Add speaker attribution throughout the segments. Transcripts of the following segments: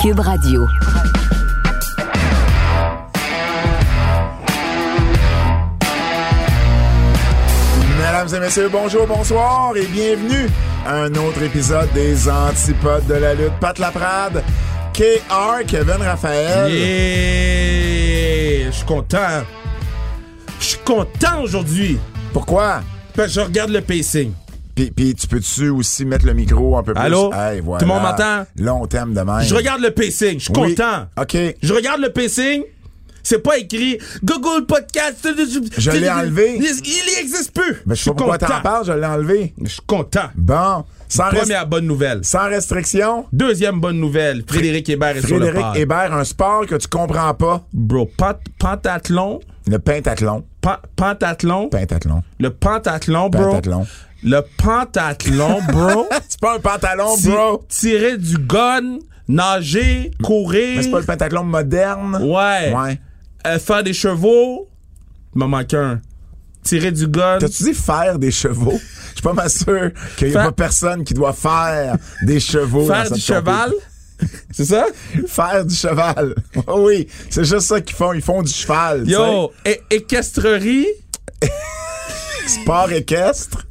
Speaker 1: Cube Radio.
Speaker 2: Mesdames et messieurs, bonjour, bonsoir et bienvenue à un autre épisode des Antipodes de la lutte. Pat Laprade, KR, Kevin Raphaël.
Speaker 3: Yeah! Je suis content. Je suis content aujourd'hui.
Speaker 2: Pourquoi?
Speaker 3: Parce que je regarde le pacing.
Speaker 2: Puis, puis tu peux-tu aussi mettre le micro un peu plus?
Speaker 3: Allô?
Speaker 2: Hey,
Speaker 3: Tout
Speaker 2: voilà.
Speaker 3: le monde m'entend?
Speaker 2: Long terme de même.
Speaker 3: Je regarde le pacing. Je suis
Speaker 2: Oui. Ah.
Speaker 3: content.
Speaker 2: OK. Ben,
Speaker 3: Je regarde le pacing. C'est pas écrit Google Podcast.
Speaker 2: Je l'ai enlevé.
Speaker 3: Il il existe plus.
Speaker 2: Mais je sais pas pourquoi t'en parles, je l'ai enlevé.
Speaker 3: Je suis content.
Speaker 2: Bon, sans, rest-
Speaker 3: Première bonne nouvelle.
Speaker 2: sans restriction,
Speaker 3: Deuxième bonne nouvelle. Frédéric Hébert est sur le
Speaker 2: Frédéric
Speaker 3: pod.
Speaker 2: Hébert, un sport que tu comprends pas,
Speaker 3: Bro, pan- pentathlon.
Speaker 2: le pentathlon.
Speaker 3: pan- pentathlon.
Speaker 2: Pentathlon.
Speaker 3: le pentathlon, bro.
Speaker 2: Pentathlon.
Speaker 3: Le pentathlon, bro.
Speaker 2: C'est pas un pantalon,
Speaker 3: Ti-
Speaker 2: bro.
Speaker 3: Tirer du gun, nager, courir.
Speaker 2: Mais c'est pas le pentathlon moderne.
Speaker 3: Ouais.
Speaker 2: Ouais.
Speaker 3: Euh, faire des chevaux. Il m'en manque un. Tirer du gun.
Speaker 2: T'as-tu dit faire des chevaux? Je suis pas mal sûr qu'il y a
Speaker 3: Faire-
Speaker 2: pas personne qui doit faire des chevaux. dans
Speaker 3: Faire
Speaker 2: cette
Speaker 3: du cheval.
Speaker 2: compé-
Speaker 3: C'est ça?
Speaker 2: Faire du cheval. Oh oui, c'est juste ça qu'ils font. Ils font du cheval. tu
Speaker 3: Yo, é- équestrerie.
Speaker 2: sais. Sport équestre.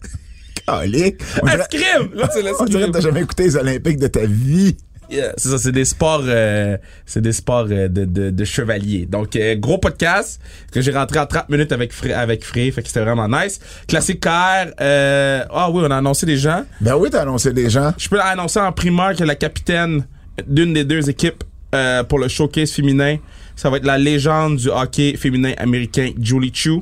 Speaker 2: Calique. On dirait-
Speaker 3: Escrime! Là,
Speaker 2: On
Speaker 3: c'est
Speaker 2: dirait que
Speaker 3: l'escrime.
Speaker 2: t'as jamais écouté les Olympiques de ta vie.
Speaker 3: Yeah, C'est ça, c'est des sports, euh, c'est des sports euh, de, de, de chevalier. Donc, euh, gros podcast que j'ai rentré à 30 minutes avec Fré, avec Fré, fait que c'était vraiment nice. Classique KR, euh, ah oui, on a annoncé des gens.
Speaker 2: Ben oui, t'as annoncé des gens.
Speaker 3: Je peux annoncer en primeur que la capitaine d'une des deux équipes euh, pour le showcase féminin, ça va être la légende du hockey féminin américain, Julie Chu.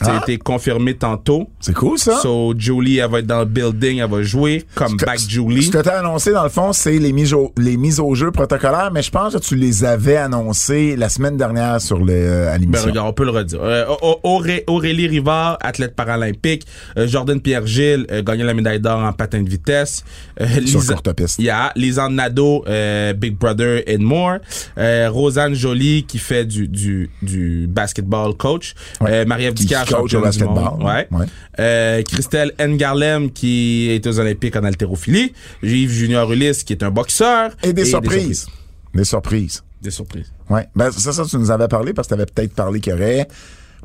Speaker 3: Ça a
Speaker 2: Ah.
Speaker 3: été confirmé tantôt.
Speaker 2: C'est cool, ça.
Speaker 3: So, Julie, elle va être dans le building, elle va jouer comme back Julie.
Speaker 2: Ce que t'as annoncé, dans le fond, c'est les mises, au, les mises au jeu protocolaires, mais je pense que tu les avais annoncées la semaine dernière sur le, euh, à
Speaker 3: Ben,
Speaker 2: l'émission.
Speaker 3: regarde, on peut le redire. Euh, O- O- Auré- Aurélie Rivard, athlète paralympique. Euh, Jordan Pierre-Gilles, euh, gagnant la médaille d'or en patin de vitesse. Euh,
Speaker 2: Sur
Speaker 3: Lisa-
Speaker 2: courte piste.
Speaker 3: Yeah, Lisanne Nadeau, euh, Big Brother and More. Euh, Rosanne Jolie, qui fait du, du, du basketball coach.
Speaker 2: Ouais.
Speaker 3: Euh, Marie-Ève
Speaker 2: Qui- qui
Speaker 3: Dicard,
Speaker 2: coach au
Speaker 3: championne du monde.
Speaker 2: basketball,
Speaker 3: Ouais.
Speaker 2: ouais.
Speaker 3: Euh, Christelle Ngarlem, qui est aux Olympiques en haltérophilie. Yves Junior Ulysse, qui est un boxeur.
Speaker 2: Et des surprises. Des surprises.
Speaker 3: Des surprises.
Speaker 2: Ouais. Ben, ça, ça, tu nous avais parlé parce que tu avais peut-être parlé qu'il y aurait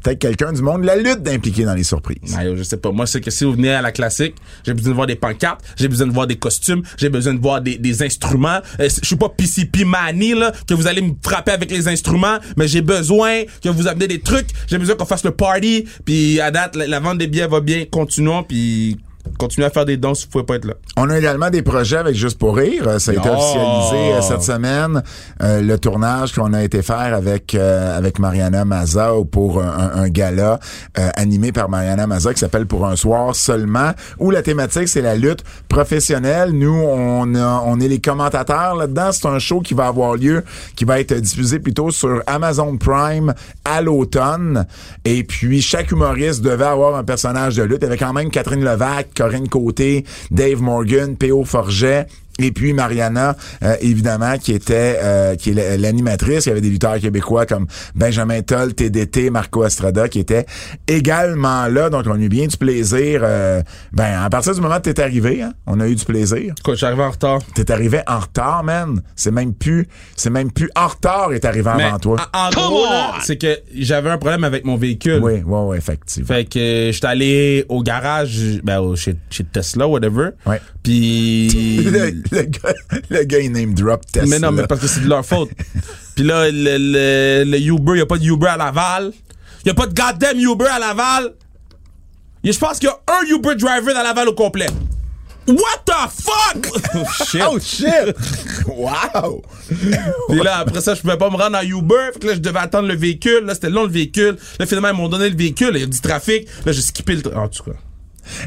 Speaker 2: peut-être quelqu'un du monde de la lutte d'impliquer dans les surprises.
Speaker 3: Ah, yo, je sais pas. Moi, c'est que si vous venez à la classique, j'ai besoin de voir des pancartes, j'ai besoin de voir des costumes, j'ai besoin de voir des, des instruments. Euh, je suis pas PCP Mani, là, que vous allez me frapper avec les instruments, mais j'ai besoin que vous amenez des trucs, j'ai besoin qu'on fasse le party, puis à date, la, la vente des billets va bien, continuons, puis continuez à faire des dons si vous pouvez pas être là.
Speaker 2: On a également des projets avec Juste pour rire. Euh, Ça a été
Speaker 3: Oh!
Speaker 2: officialisé euh, cette semaine. Euh, le tournage qu'on a été faire avec euh, avec Mariana Mazza pour un, un- un gala euh, animé par Mariana Mazza qui s'appelle Pour un soir seulement, où la thématique c'est la lutte professionnelle. Nous, on a- on est les commentateurs là-dedans. C'est un show qui va avoir lieu, qui va être diffusé plutôt sur Amazon Prime à l'automne. Et puis, chaque humoriste devait avoir un personnage de lutte. Il y avait quand même Catherine Levac, Corinne Côté, Dave Morgan, P.O. Forget. Et puis Mariana, euh, évidemment, qui était euh, qui est la- l'animatrice. Il y avait des lutteurs québécois comme Benjamin Toll, TDT, Marco Estrada, qui étaient également là. Donc, on a eu bien du plaisir. euh, ben, à partir du moment où t'es arrivé, hein, on a eu du plaisir.
Speaker 3: Quand j'arrive en retard.
Speaker 2: T'es arrivé en retard, man. C'est même plus, c'est même plus en retard est arrivé
Speaker 3: Mais
Speaker 2: avant toi.
Speaker 3: En, en gros, là, c'est que j'avais un problème avec mon véhicule.
Speaker 2: Oui, oui, oui, effectivement.
Speaker 3: Fait que euh, j'étais allé au garage, ben, au- chez, chez Tesla, whatever.
Speaker 2: Ouais.
Speaker 3: Puis.
Speaker 2: Le, le gars, le gars, il name drop test.
Speaker 3: Mais non, mais parce que c'est de leur faute. Puis là, le, le, le Uber, y a pas de Uber à Laval. Y a pas de goddamn Uber à Laval. Y a- Je pense qu'il y a un Uber driver dans Laval au complet. What the fuck? Oh, shit.
Speaker 2: Oh shit! wow!
Speaker 3: Puis là, après ça, je pouvais pas me rendre à Uber. Fait que là, je devais attendre le véhicule. Là, c'était long le véhicule. Là, finalement, ils m'ont donné le véhicule. Il y a du trafic. Là, j'ai skippé le. tra- En tout cas.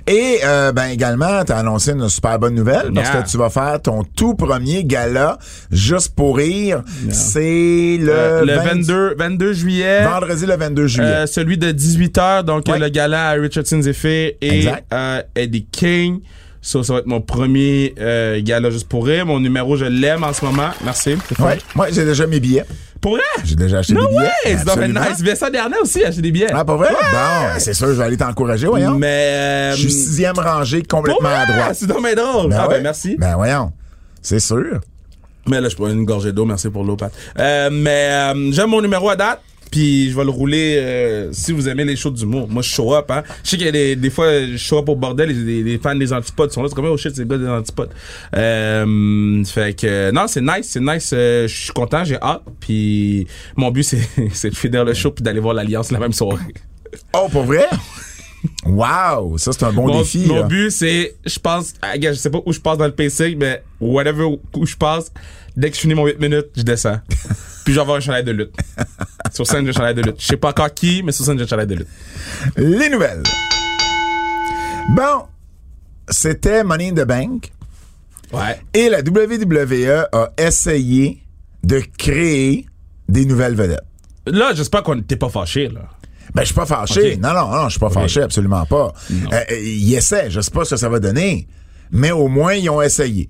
Speaker 2: Et euh, ben également, t'as annoncé une super bonne nouvelle parce
Speaker 3: Yeah.
Speaker 2: que tu vas faire ton tout premier gala juste pour rire. C'est le,
Speaker 3: Euh, le
Speaker 2: 20
Speaker 3: 22, 22 juillet.
Speaker 2: vendredi le 22 juillet.
Speaker 3: Euh, celui de 18h, donc
Speaker 2: Ouais.
Speaker 3: euh, le gala à Richardson Zephyr et
Speaker 2: Exact.
Speaker 3: euh, Eddie King. Ça, ça va être mon premier euh, gala juste pour rire. Mon numéro, je l'aime en ce moment. Merci. C'est
Speaker 2: ouais,
Speaker 3: fun.
Speaker 2: moi j'ai déjà mes billets.
Speaker 3: Pour vrai?
Speaker 2: J'ai déjà acheté
Speaker 3: No
Speaker 2: des billets.
Speaker 3: way! C'est donc
Speaker 2: Absolument.
Speaker 3: nice. Mais ça dernier aussi, acheter des billets.
Speaker 2: Ah pour vrai? Bon, c'est sûr, je vais aller t'encourager, voyons.
Speaker 3: Mais. euh,
Speaker 2: je suis sixième rangée
Speaker 3: pour
Speaker 2: complètement
Speaker 3: vrai,
Speaker 2: à droite.
Speaker 3: C'est donc bien drôle. ah,
Speaker 2: ouais.
Speaker 3: ben merci.
Speaker 2: Ben voyons. C'est sûr.
Speaker 3: Mais là, je prends une gorgée d'eau. Merci pour l'eau, Pat. Euh, mais euh, j'aime mon numéro à date. Puis je vais le rouler euh, si vous aimez les shows d'humour. Moi, je show up. Hein. Je sais qu'il y a des, des fois, je show up au bordel. et Les, les fans des antipodes sont là. C'est comme, oh shit, c'est le gars des antipodes. Euh, fait que, euh, non, c'est nice. C'est nice. Euh, je suis content. J'ai hâte. Puis mon but, c'est c'est de finir le show puis d'aller voir l'Alliance la même soirée.
Speaker 2: Oh pour vrai? Wow, ça c'est un bon
Speaker 3: Mon,
Speaker 2: défi.
Speaker 3: mon
Speaker 2: là.
Speaker 3: but, c'est, je pense, ah, gars, je sais pas où je passe dans le PC, mais whatever où- où je passe, dès que je finis mon 8 minutes, je descends. Puis je vais avoir un chandail de lutte. sur scène, j'ai un chandail de lutte. Je sais pas encore qui, mais sur scène, j'ai un chandail de lutte.
Speaker 2: Les nouvelles. Bon, c'était Money in the Bank
Speaker 3: Ouais.
Speaker 2: et la WWE a essayé de créer des nouvelles vedettes.
Speaker 3: Là, j'espère qu'on t'es pas fâché, là.
Speaker 2: Ben, je suis pas fâché.
Speaker 3: Ok.
Speaker 2: Non, non, non, je suis pas fâché, absolument pas. Euh, euh, ils essaient, je sais pas ce que ça va donner, mais au moins, ils ont essayé.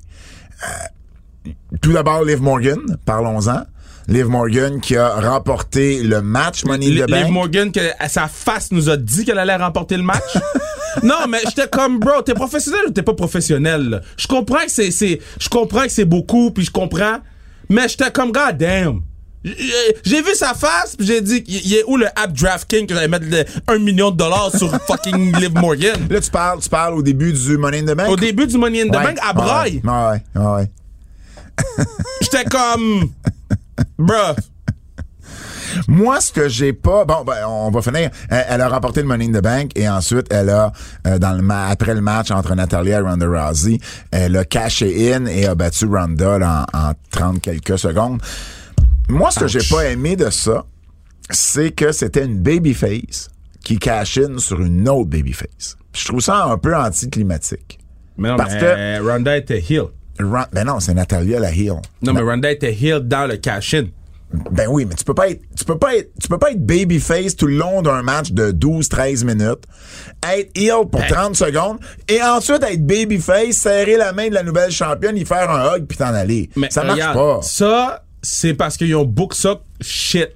Speaker 2: Euh, tout d'abord, Liv Morgan, parlons-en. Liv Morgan qui a remporté le match Money in
Speaker 3: Liv
Speaker 2: the Bank.
Speaker 3: Morgan, que, à sa face, nous a dit qu'elle allait remporter le match. non, mais j'étais comme, bro, t'es professionnel ou t'es pas professionnel? là? Je comprends que c'est, c'est, je comprends que c'est beaucoup, puis je comprends, mais j'étais comme, god damn. J'ai j'ai vu sa face, puis j'ai dit, il est où le app DraftKings que j'allais mettre le 1 million de dollars sur fucking Liv Morgan?
Speaker 2: Là, tu parles, tu parles au début du Money in the Bank.
Speaker 3: Au début du Money in the
Speaker 2: Ouais,
Speaker 3: Bank, à braille.
Speaker 2: Ouais, ouais, ouais.
Speaker 3: J'étais comme, bruh.
Speaker 2: Moi, ce que j'ai pas, bon, ben, on va finir. Elle, elle a remporté le Money in the Bank et ensuite, elle a, euh, dans le ma- après le match entre Natalia et Ronda Rousey, elle a cashé in et a battu Ronda là, en, en 30 quelques secondes. Moi, ce que j'ai pas aimé de ça, c'est que c'était une babyface qui cash in sur une autre babyface. Je trouve ça un peu anticlimatique.
Speaker 3: Mais non,
Speaker 2: Parce
Speaker 3: mais
Speaker 2: que-
Speaker 3: Ronda était heel.
Speaker 2: Ron- ben non, c'est Natalia la heel.
Speaker 3: Non, mais Ronda était heel dans le cash-in.
Speaker 2: Ben oui, mais tu peux pas être, tu peux pas être, tu peux pas être babyface tout le long d'un match de 12, 13 minutes, être heel
Speaker 3: Ben.
Speaker 2: pour 30 secondes, et ensuite être babyface, serrer la main de la nouvelle championne, y faire un hug puis t'en aller.
Speaker 3: Mais euh,
Speaker 2: ça marche
Speaker 3: regarde,
Speaker 2: pas.
Speaker 3: Ça, c'est parce qu'ils ont book ça shit.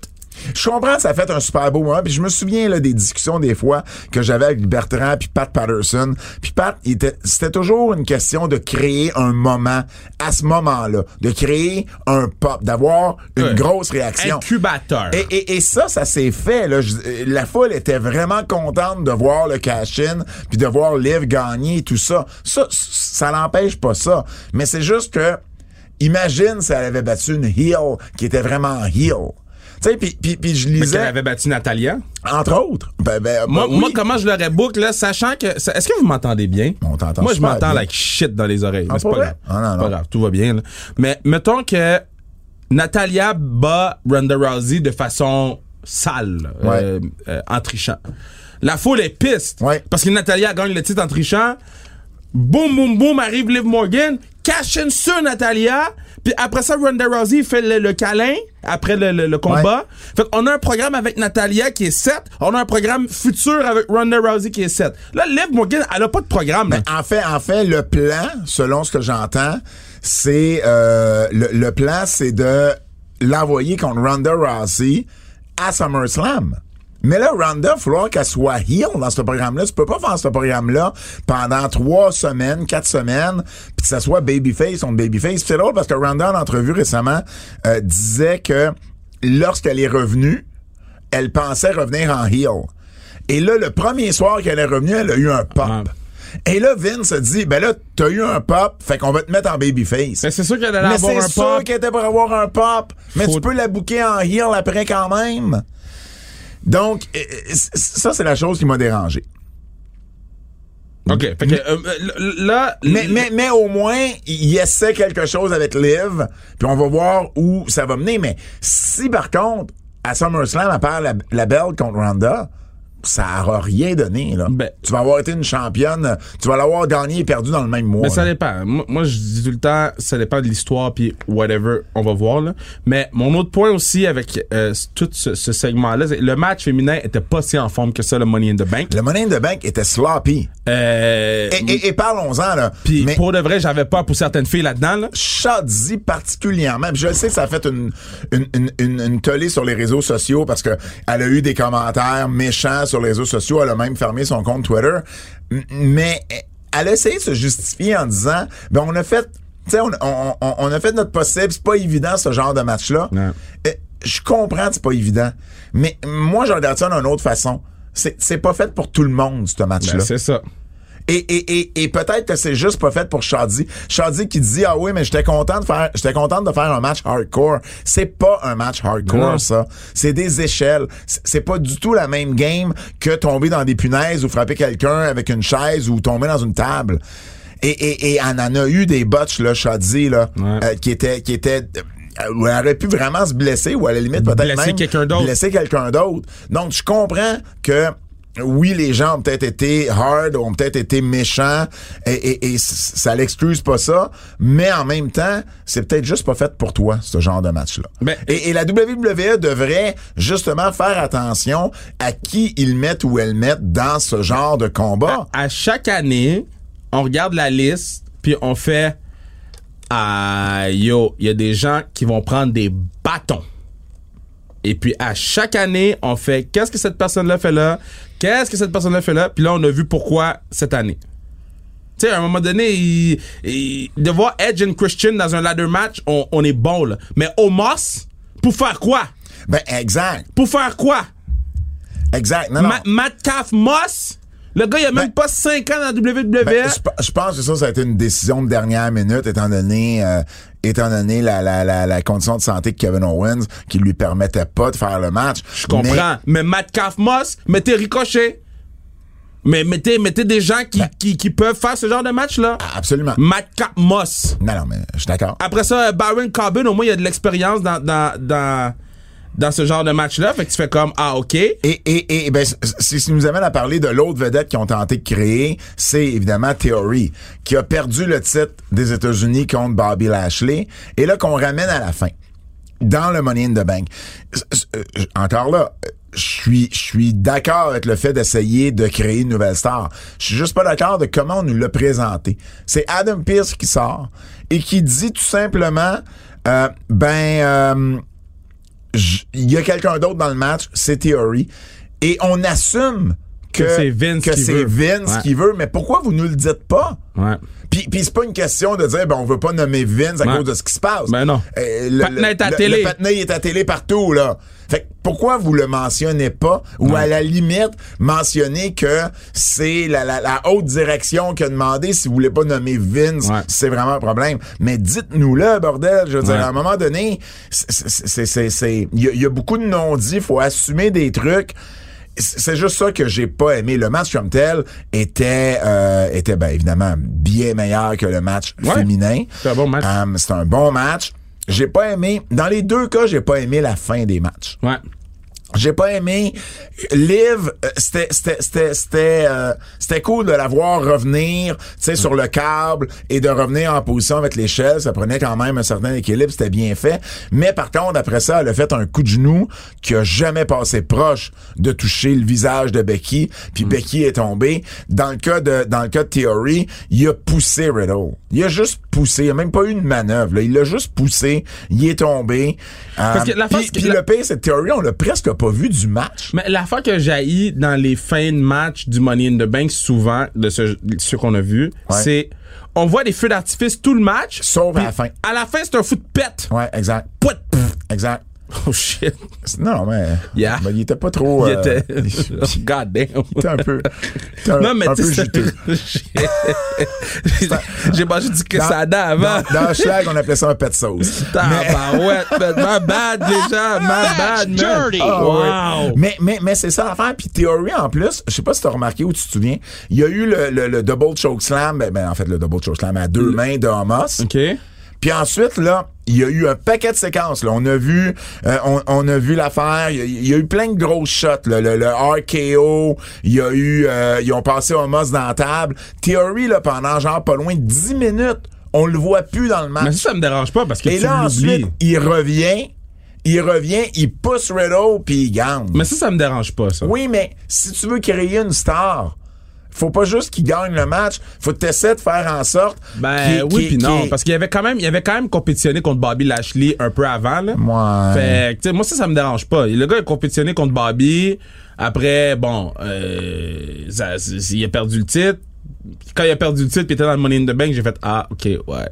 Speaker 2: Je comprends, ça a fait un super beau moment. Puis je me souviens là, des discussions des fois que j'avais avec Bertrand puis Pat Patterson. Puis Pat, il était- c'était toujours une question de créer un moment à ce moment-là, de créer un pop, d'avoir une
Speaker 3: Ouais.
Speaker 2: grosse réaction.
Speaker 3: Incubateur.
Speaker 2: Et, et- et ça, ça s'est fait. Là. Je- euh, la foule était vraiment contente de voir le cash-in, puis de voir Liv gagner et tout ça. Ça, c- ça l'empêche pas ça. Mais c'est juste que, imagine si elle avait battu une heel qui était vraiment heel. Tu sais, puis, puis, puis je
Speaker 3: Mais qu'elle
Speaker 2: lisais,
Speaker 3: avait battu Natalia.
Speaker 2: entre autres. Ben, ben,
Speaker 3: Moi,
Speaker 2: ben oui.
Speaker 3: moi, comment je l'aurais book, là, sachant que. ça- Est-ce que vous m'entendez bien?
Speaker 2: On t'entend
Speaker 3: Moi, je
Speaker 2: super
Speaker 3: m'entends
Speaker 2: bien.
Speaker 3: like shit dans les oreilles. mais c'est
Speaker 2: pas
Speaker 3: pas
Speaker 2: vrai?
Speaker 3: grave.
Speaker 2: Ah, non,
Speaker 3: C'est pas
Speaker 2: non.
Speaker 3: grave, tout va bien, là. Mais mettons que Natalia bat Ronda Rousey de façon sale, là,
Speaker 2: Ouais.
Speaker 3: euh, euh, en trichant. La foule est piste.
Speaker 2: Ouais.
Speaker 3: Parce que Natalia gagne le titre en trichant. Boum, boum, boum, arrive Liv Morgan, cash in sur Natalia. Puis après ça, Ronda Rousey fait le, le câlin après le, le- le combat. Fait qu'on a un programme avec Natalia qui est 7. On a un programme futur avec Ronda Rousey qui est 7. Là, Liv Morgan, elle a pas de programme. là.
Speaker 2: En fait, en fait, le plan, selon ce que j'entends, c'est euh, le, le plan, c'est de l'envoyer contre Ronda Rousey à SummerSlam. Mais là, Ronda, il falloir qu'elle soit heel dans ce programme-là. Tu peux pas faire ce programme-là pendant trois semaines, quatre semaines, puis que ça soit babyface contre babyface. Puis C'est drôle parce que Ronda, en entrevue récemment, euh, disait que lorsqu'elle est revenue, elle pensait revenir en heel. Et là, le premier soir qu'elle est revenue, elle a eu un pop.
Speaker 3: Ah.
Speaker 2: Et là, Vince se dit, ben là, t'as eu un pop, fait qu'on va te mettre en babyface.
Speaker 3: Mais Ben, c'est sûr qu'elle allait
Speaker 2: Mais
Speaker 3: avoir
Speaker 2: c'est
Speaker 3: un
Speaker 2: sûr
Speaker 3: pop.
Speaker 2: qu'elle était pour avoir un pop. Mais
Speaker 3: Faut-
Speaker 2: tu peux la bouquer en heel après quand même. Donc, euh, euh, c- ça, c'est la chose qui m'a dérangé.
Speaker 3: OK. Fait que, euh, euh, là,
Speaker 2: Mais, mais, mais au moins, il essaie quelque chose avec Liv, puis on va voir où ça va mener. Mais si, par contre, à SummerSlam, à part la, la belle contre Ronda, ça n'aura rien donné. Là.
Speaker 3: Ben.
Speaker 2: tu vas avoir été une championne, tu vas l'avoir gagné et perdu dans le même mois.
Speaker 3: Mais euh, Ben, ça
Speaker 2: là.
Speaker 3: dépend. Moi, moi, je dis tout le temps, ça dépend de l'histoire, puis whatever, on va voir. Là. Mais mon autre point aussi avec euh, tout ce, ce segment-là, c'est le match féminin était pas si en forme que ça, le Money in the Bank.
Speaker 2: Le Money in the Bank était sloppy.
Speaker 3: Euh,
Speaker 2: Et, et- et parlons-en, là.
Speaker 3: puis
Speaker 2: Mais
Speaker 3: pour de vrai, j'avais peur pour certaines filles là-dedans. Là.
Speaker 2: Shadzi particulièrement. Puis Je sais que ça a fait une, une, une, une, une tollée sur les réseaux sociaux parce que elle a eu des commentaires méchants sur les réseaux sociaux. Elle a même fermé son compte Twitter. M- Mais elle a essayé de se justifier en disant, ben, on a fait, tu sais, on, on, on- on a fait notre possible. C'est pas évident, ce genre de match-là.
Speaker 3: Ouais.
Speaker 2: Euh, Je comprends que c'est pas évident. Mais moi, je regarde ça d'une autre façon. C'est c'est pas fait pour tout le monde, ce match-là.
Speaker 3: Ben, c'est ça.
Speaker 2: Et, et, et, et peut-être que c'est juste pas fait pour Shadi. Shadi qui dit ah oui mais j'étais content de faire j'étais contente de faire un match hardcore. C'est pas un match hardcore
Speaker 3: Non.
Speaker 2: ça. C'est des échelles. C'est- C'est pas du tout la même game que tomber dans des punaises ou frapper quelqu'un avec une chaise ou tomber dans une table. Et et et on en a eu des botches là Shadi là
Speaker 3: Ouais.
Speaker 2: euh, qui était qui était euh, où elle aurait pu vraiment se blesser ou à la limite peut-être
Speaker 3: Blesser
Speaker 2: même
Speaker 3: quelqu'un d'autre.
Speaker 2: blesser quelqu'un d'autre. Donc, je comprends que oui, les gens ont peut-être été hard, ont peut-être été méchants, et, et- et c- ça l'excuse pas ça, mais en même temps, c'est peut-être juste pas fait pour toi, ce genre de match-là.
Speaker 3: Ben-
Speaker 2: et, et la WWE devrait justement faire attention à qui ils mettent ou elles mettent dans ce genre de combat.
Speaker 3: à chaque année, on regarde la liste, puis on fait Ah, yo, il y a des gens qui vont prendre des bâtons. Et puis à chaque année, on fait qu'est-ce que cette personne-là fait là Qu'est-ce que cette personne-là fait là Puis là, on a vu pourquoi cette année. Tu sais, à un moment donné, il- il- de voir Edge and Christian dans un ladder match, on, on est bon là. Mais Omos, pour faire quoi
Speaker 2: Ben, exact,
Speaker 3: Pour faire quoi
Speaker 2: exact. Non, non.
Speaker 3: Ma- Metcalf Moss, le gars, il a même pas 5 ans dans la E. WWE.
Speaker 2: Ben, je, pe- je pense que ça, ça a été une décision de dernière minute, étant donné, euh, étant donné la, la, la, la condition de santé de Kevin Owens, qui lui permettait pas de faire le match.
Speaker 3: Je comprends. Mais, Metcalf Moss, mettez Ricochet. Mais mettez, mettez des gens qui, qui, qui peuvent faire ce genre de match-là.
Speaker 2: absolument.
Speaker 3: Madcap Moss.
Speaker 2: Non, non, mais je suis d'accord.
Speaker 3: Après ça, euh, Baron Corbin, au moins, il a de l'expérience dans, dans, dans, dans ce genre de match-là. Fait que tu fais comme, ah, OK.
Speaker 2: Et, et, et ben, c- c- ce qui nous amène à parler de l'autre vedette qu'ils ont tenté de créer, c'est évidemment Theory, qui a perdu le titre des États-Unis contre Bobby Lashley, et là qu'on ramène à la fin, dans le Money in the Bank. S- s- euh, j- Encore là, euh, je suis, je suis d'accord avec le fait d'essayer de créer une nouvelle star. Je suis juste pas d'accord de comment on nous l'a présenté. C'est Adam Pearce qui sort et qui dit tout simplement, euh, ben, euh, J- il y a quelqu'un d'autre dans le match, c'est Theory. Et on assume que,
Speaker 3: Que c'est Vince
Speaker 2: que
Speaker 3: qui
Speaker 2: c'est
Speaker 3: veut.
Speaker 2: Vince
Speaker 3: Ouais.
Speaker 2: qui veut, mais pourquoi vous nous le dites pas?
Speaker 3: Ouais.
Speaker 2: Puis, puis c'est pas une question de dire ben on veut pas nommer Vince à
Speaker 3: Ouais.
Speaker 2: cause de ce qui se passe.
Speaker 3: Ben non.
Speaker 2: Euh, le,
Speaker 3: Patna est à
Speaker 2: le-
Speaker 3: télé.
Speaker 2: le Patna est à télé partout là. Fait que pourquoi vous le mentionnez pas ou à la limite mentionner que c'est la, la, la haute direction qui a demandé si vous voulez pas nommer Vince,
Speaker 3: Ouais.
Speaker 2: si c'est vraiment un problème. Mais dites-nous le bordel. Je veux dire
Speaker 3: Ouais.
Speaker 2: à un moment donné, c'est- c'est c'est- c'est il y, a- il y a beaucoup de non-dits. Faut assumer des trucs. C'est c'est juste ça que j'ai pas aimé. Le match comme tel était, euh, était ben, évidemment bien meilleur que le match
Speaker 3: Ouais.
Speaker 2: féminin.
Speaker 3: C'est un bon match.
Speaker 2: Euh, c'est un bon match. J'ai pas aimé. Dans les deux cas, j'ai pas aimé la fin des matchs.
Speaker 3: Ouais.
Speaker 2: J'ai pas aimé. Liv, euh, c'était c'était c'était c'était euh, c'était cool de la voir revenir, tu sais, sur le câble et de revenir en position avec l'échelle. Ça prenait quand même un certain équilibre, c'était bien fait. Mais par contre, après ça, elle a fait un coup de genou qui a jamais passé proche de toucher le visage de Becky.
Speaker 3: Mm.
Speaker 2: Puis Becky est tombée. Dans le cas de dans le cas de Theory, il a poussé Riddle. Il a juste poussé. Il a même pas eu de manœuvre. là. Il l'a juste poussé. Il est tombé. Euh,
Speaker 3: Parce que la
Speaker 2: puis-
Speaker 3: face-
Speaker 2: puis
Speaker 3: la-
Speaker 2: le pire, cette théorie, on l'a presque pas vu du match.
Speaker 3: Mais la fois que j'ai dans les fins de match du Money in the Bank, souvent, de ce, ce qu'on a vu,
Speaker 2: Ouais.
Speaker 3: c'est, on voit des feux d'artifice tout le match.
Speaker 2: Sauf à la fin.
Speaker 3: À la fin, c'est un fou de pète.
Speaker 2: Ouais, exact.
Speaker 3: Pouet, pff.
Speaker 2: Exact.
Speaker 3: Oh shit.
Speaker 2: C'est- Non, mais.
Speaker 3: Yeah.
Speaker 2: ben, il était pas trop.
Speaker 3: Il
Speaker 2: euh,
Speaker 3: était.
Speaker 2: il était
Speaker 3: God damn.
Speaker 2: un peu. il était un,
Speaker 3: Non, mais
Speaker 2: un
Speaker 3: tu
Speaker 2: peu
Speaker 3: sais,
Speaker 2: juteux.
Speaker 3: j'ai- J'ai mangé du que
Speaker 2: Dans-
Speaker 3: ça dent avant.
Speaker 2: Dans, dans Schlag, on appelait ça un pet sauce.
Speaker 3: Tabarouette, man. My bad, les gens. My bad, man. Oh,
Speaker 4: dirty.
Speaker 2: Ah,
Speaker 3: wow.
Speaker 2: ouais. Mais, mais, mais c'est ça l'affaire. Puis Theory, en plus, je sais pas si t'as remarqué ou tu te souviens, il y a eu le, le, le double choke slam, ben, ben, en fait, le double choke slam à deux mains de Hamas.
Speaker 3: OK.
Speaker 2: Puis ensuite, là, il- il y a eu un paquet de séquences. Là. On a vu, euh, on, on a vu l'affaire. Il y a- il y, a eu plein de grosses shots. là. Le, le RKO, il y a eu, euh, ils ont passé Homos dans la table. Theory, là, pendant genre pas loin de 10 minutes, on le voit plus dans le
Speaker 3: Mais
Speaker 2: match.
Speaker 3: ça, ça me dérange pas parce que
Speaker 2: Et
Speaker 3: tu
Speaker 2: là,
Speaker 3: l'oublies.
Speaker 2: ensuite, il revient, il revient, il pousse Riddle, puis il gagne.
Speaker 3: Mais ça, ça me dérange pas, ça.
Speaker 2: Oui, mais si tu veux créer une star, faut pas juste qu'il gagne le match, faut que t'essaies de faire en sorte
Speaker 3: Ben
Speaker 2: qu'il-
Speaker 3: oui
Speaker 2: qu'il-
Speaker 3: puis non
Speaker 2: qu'il-
Speaker 3: parce qu'il y avait quand même il y avait quand même compétitionné contre Bobby Lashley un peu avant là.
Speaker 2: Ouais.
Speaker 3: Fait que, tu sais, moi ça ça me dérange pas. Le gars a compétitionné contre Bobby après bon euh, ça- c'est- il a perdu le titre. Quand il a perdu le titre puis il était dans le Money in the Bank, j'ai fait ah OK ouais.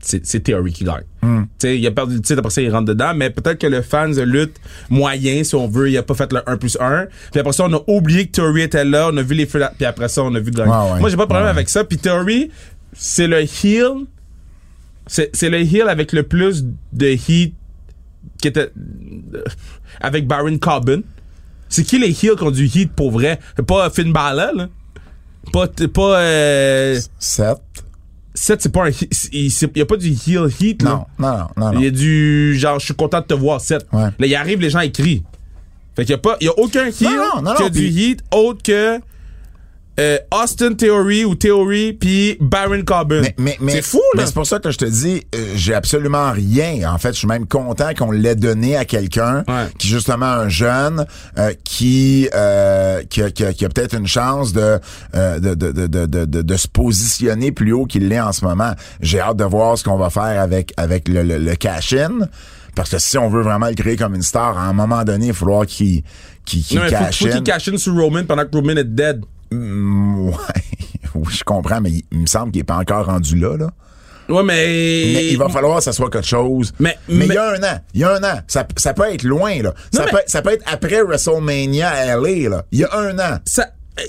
Speaker 3: C'est c'est Theory qui gagne.
Speaker 2: Hmm.
Speaker 3: Tu sais, Il a perdu le titre, après ça, il rentre dedans, mais peut-être que le fan de lutte moyen, si on veut, il a pas fait le 1 plus 1. Puis après ça, on a oublié que Theory était là, on a vu les feux, puis après ça, on a vu gagner.
Speaker 2: Ouais, ouais.
Speaker 3: Moi, j'ai pas de problème
Speaker 2: Ouais.
Speaker 3: avec ça. Puis Theory, c'est le heel. C'est c'est le heel avec le plus de heat qui était euh, avec Baron Corbin. C'est qui les heels qui ont du heat pour vrai? Pas Finn Balor, là. Pas, pas, euh,
Speaker 2: Sept. Seth,
Speaker 3: Seth, c'est pas un he- c'est- Il c'est- y a pas du heel heat, là.
Speaker 2: Non, non, non, non. non.
Speaker 3: Il y a du genre, je suis content de te voir, Seth.
Speaker 2: Ouais.
Speaker 3: Là, il arrive, les gens écrivent. Fait qu'il y a pas, il y a aucun heel
Speaker 2: non, non,
Speaker 3: qui a
Speaker 2: non,
Speaker 3: du
Speaker 2: puis-
Speaker 3: heat autre que euh, Austin Theory ou Theory puis Baron Corbin.
Speaker 2: Mais- mais- mais-
Speaker 3: c'est fou là.
Speaker 2: mais c'est pour ça que je te dis, euh, j'ai absolument rien. En fait, je suis même content qu'on l'ait donné à quelqu'un
Speaker 3: Ouais.
Speaker 2: qui justement un jeune euh, qui, euh, qui a, qui a- qui a peut-être une chance de, euh, de, de, de, de, de- de- de se positionner plus haut qu'il l'est en ce moment. J'ai hâte de voir ce qu'on va faire avec avec le, le, le cash-in. Parce que si on veut vraiment le créer comme une star, à un moment donné, il va falloir qu'il qu'il qu'il
Speaker 3: non, mais faut-
Speaker 2: cash
Speaker 3: faut,
Speaker 2: in.
Speaker 3: qu'il cash in sur Roman pendant que Roman est dead.
Speaker 2: Mm, ouais. Oui, je comprends, mais il, il me semble qu'il est pas encore rendu là, là.
Speaker 3: Ouais, mais.
Speaker 2: Mais il va falloir que ça soit quelque chose.
Speaker 3: Mais-
Speaker 2: il
Speaker 3: mais-
Speaker 2: y a un an. Il y a un an. Ça, ça peut être loin, là. ça,
Speaker 3: mais-
Speaker 2: peut, ça peut être après WrestleMania à LA, là. Il y a un an.
Speaker 3: Ça, euh,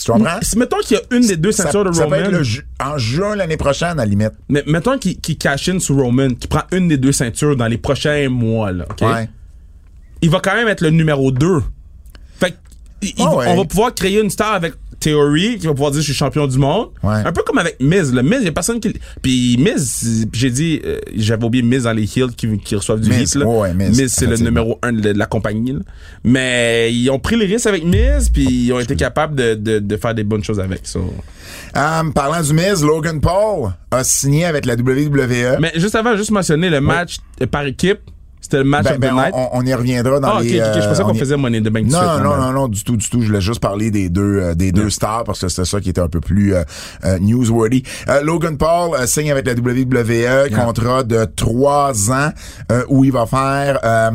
Speaker 2: Tu comprends?
Speaker 3: si- mettons qu'il y a une des deux
Speaker 2: Ça,
Speaker 3: ceintures de
Speaker 2: ça peut
Speaker 3: Roman.
Speaker 2: être le ju- en juin l'année prochaine, à la limite.
Speaker 3: Mais mettons qu'il qu'il cash in sur Roman, qu'il prend une des deux ceintures dans les prochains mois, là. OK?
Speaker 2: Ouais.
Speaker 3: il va quand même être le numéro 2. Fait que, il- il-
Speaker 2: Ah ouais.
Speaker 3: on va pouvoir créer une star avec Theory qui va pouvoir dire je suis champion du monde.
Speaker 2: Ouais.
Speaker 3: Un peu comme avec Miz. Le Miz, il y a personne qui. Puis Miz, j'ai dit, euh, j'avais oublié Miz dans les heels qui, qui reçoivent du
Speaker 2: Miz,
Speaker 3: hit. Là.
Speaker 2: ouais, Miz,
Speaker 3: c'est le
Speaker 2: effectivement.
Speaker 3: numéro 1 de la compagnie. là. Mais ils ont pris les risques avec Miz, puis ils ont été capables de, de, de faire des bonnes choses avec ça.
Speaker 2: Euh, parlant du Miz, Logan Paul a signé avec la E. WWE.
Speaker 3: Mais juste avant, juste mentionner le match euh, par équipe. C'était le match
Speaker 2: Ben,
Speaker 3: of the
Speaker 2: ben,
Speaker 3: night.
Speaker 2: on, on- on y reviendra dans
Speaker 3: ah, ok,
Speaker 2: les...
Speaker 3: ok, je pensais
Speaker 2: euh,
Speaker 3: qu'on
Speaker 2: on y-
Speaker 3: faisait Money in the Bank tout de
Speaker 2: Non,
Speaker 3: suite,
Speaker 2: non,
Speaker 3: hein,
Speaker 2: non, non,
Speaker 3: ben.
Speaker 2: non, du tout, du tout. Je voulais juste parler des deux, euh, des deux stars parce que c'était ça qui était un peu plus euh, euh, newsworthy. Euh, Logan Paul euh, signe avec la WWE, contrat de trois ans euh, où il va faire euh,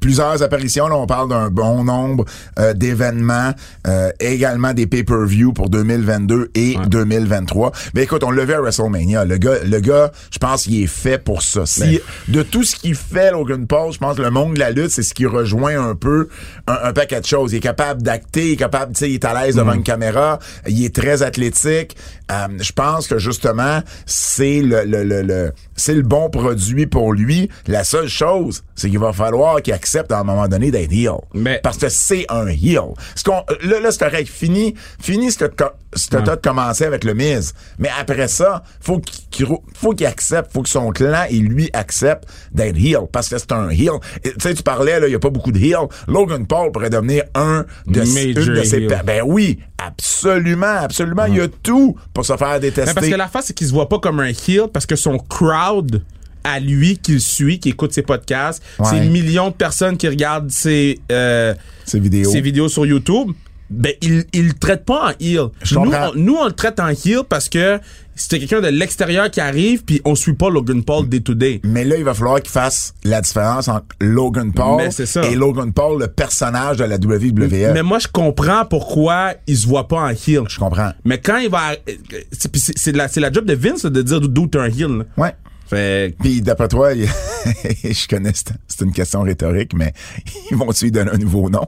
Speaker 2: plusieurs apparitions. Là, on parle d'un bon nombre euh, d'événements, euh, également des pay-per-view pour 2022 et 2023. Mais Ben, écoute, on le vu à WrestleMania. Le gars, le gars, je pense qu'il est fait pour ça. Si-
Speaker 3: Ben,
Speaker 2: de tout ce qu'il fait, Logan Paul, je pense que le monde de la lutte, c'est ce qui rejoint un peu un, un paquet de choses. Il est capable d'acter, il est capable, tu sais, il est à l'aise devant
Speaker 3: Mm.
Speaker 2: une caméra, il est très athlétique. Euh, je pense que justement, c'est le, le, le, le- c'est le bon produit pour lui. La seule chose, c'est qu'il va falloir qu'il accepte à un moment donné d'être heel.
Speaker 3: Mais-
Speaker 2: Parce que c'est un heel. Ce qu'on, euh, là, là, c'est correct. Fini, fini ce que t'as- ce que t'as de commencer avec le mise. Mais après ça, faut qu'il, qu'il rou- faut qu'il accepte, faut que son clan et lui accepte d'être heel. Parce que c'est un heel. Et, Tu sais, tu parlais, là, il n'y a pas beaucoup de heel. Logan Paul pourrait devenir un de, ses-
Speaker 3: Major
Speaker 2: une de ses,
Speaker 3: heel.
Speaker 2: pa- ben oui, absolument, absolument. Il y a tout pour se faire détester.
Speaker 3: Mais Ben, parce que la face, c'est qu'il se voit pas comme un heel parce que son crowd à lui qui le suit, qui écoute ses podcasts,
Speaker 2: Ouais.
Speaker 3: ces millions de personnes qui regardent ses, euh,
Speaker 2: Ces vidéos.
Speaker 3: ses vidéos sur YouTube, ben, il, il le traite pas en heel.
Speaker 2: Je
Speaker 3: nous,
Speaker 2: comprends.
Speaker 3: on, nous, on le traite en heel parce que c'était quelqu'un de l'extérieur qui arrive puis on suit pas Logan Paul day to day.
Speaker 2: Mais là, il va falloir qu'il fasse la différence entre Logan Paul
Speaker 3: Mais c'est ça.
Speaker 2: et Logan Paul, le personnage de la WWE.
Speaker 3: Mais moi, je comprends pourquoi il se voit pas en heel.
Speaker 2: Je comprends.
Speaker 3: Mais quand il va, euh, c'est puis c'est- c'est la, c'est la job de Vince de dire d'où t'es un heel. là.
Speaker 2: Ouais.
Speaker 3: Fait que-
Speaker 2: Puis d'après toi, il- je connais, c'est- c'est une question rhétorique, mais ils vont-tu lui donner un nouveau nom?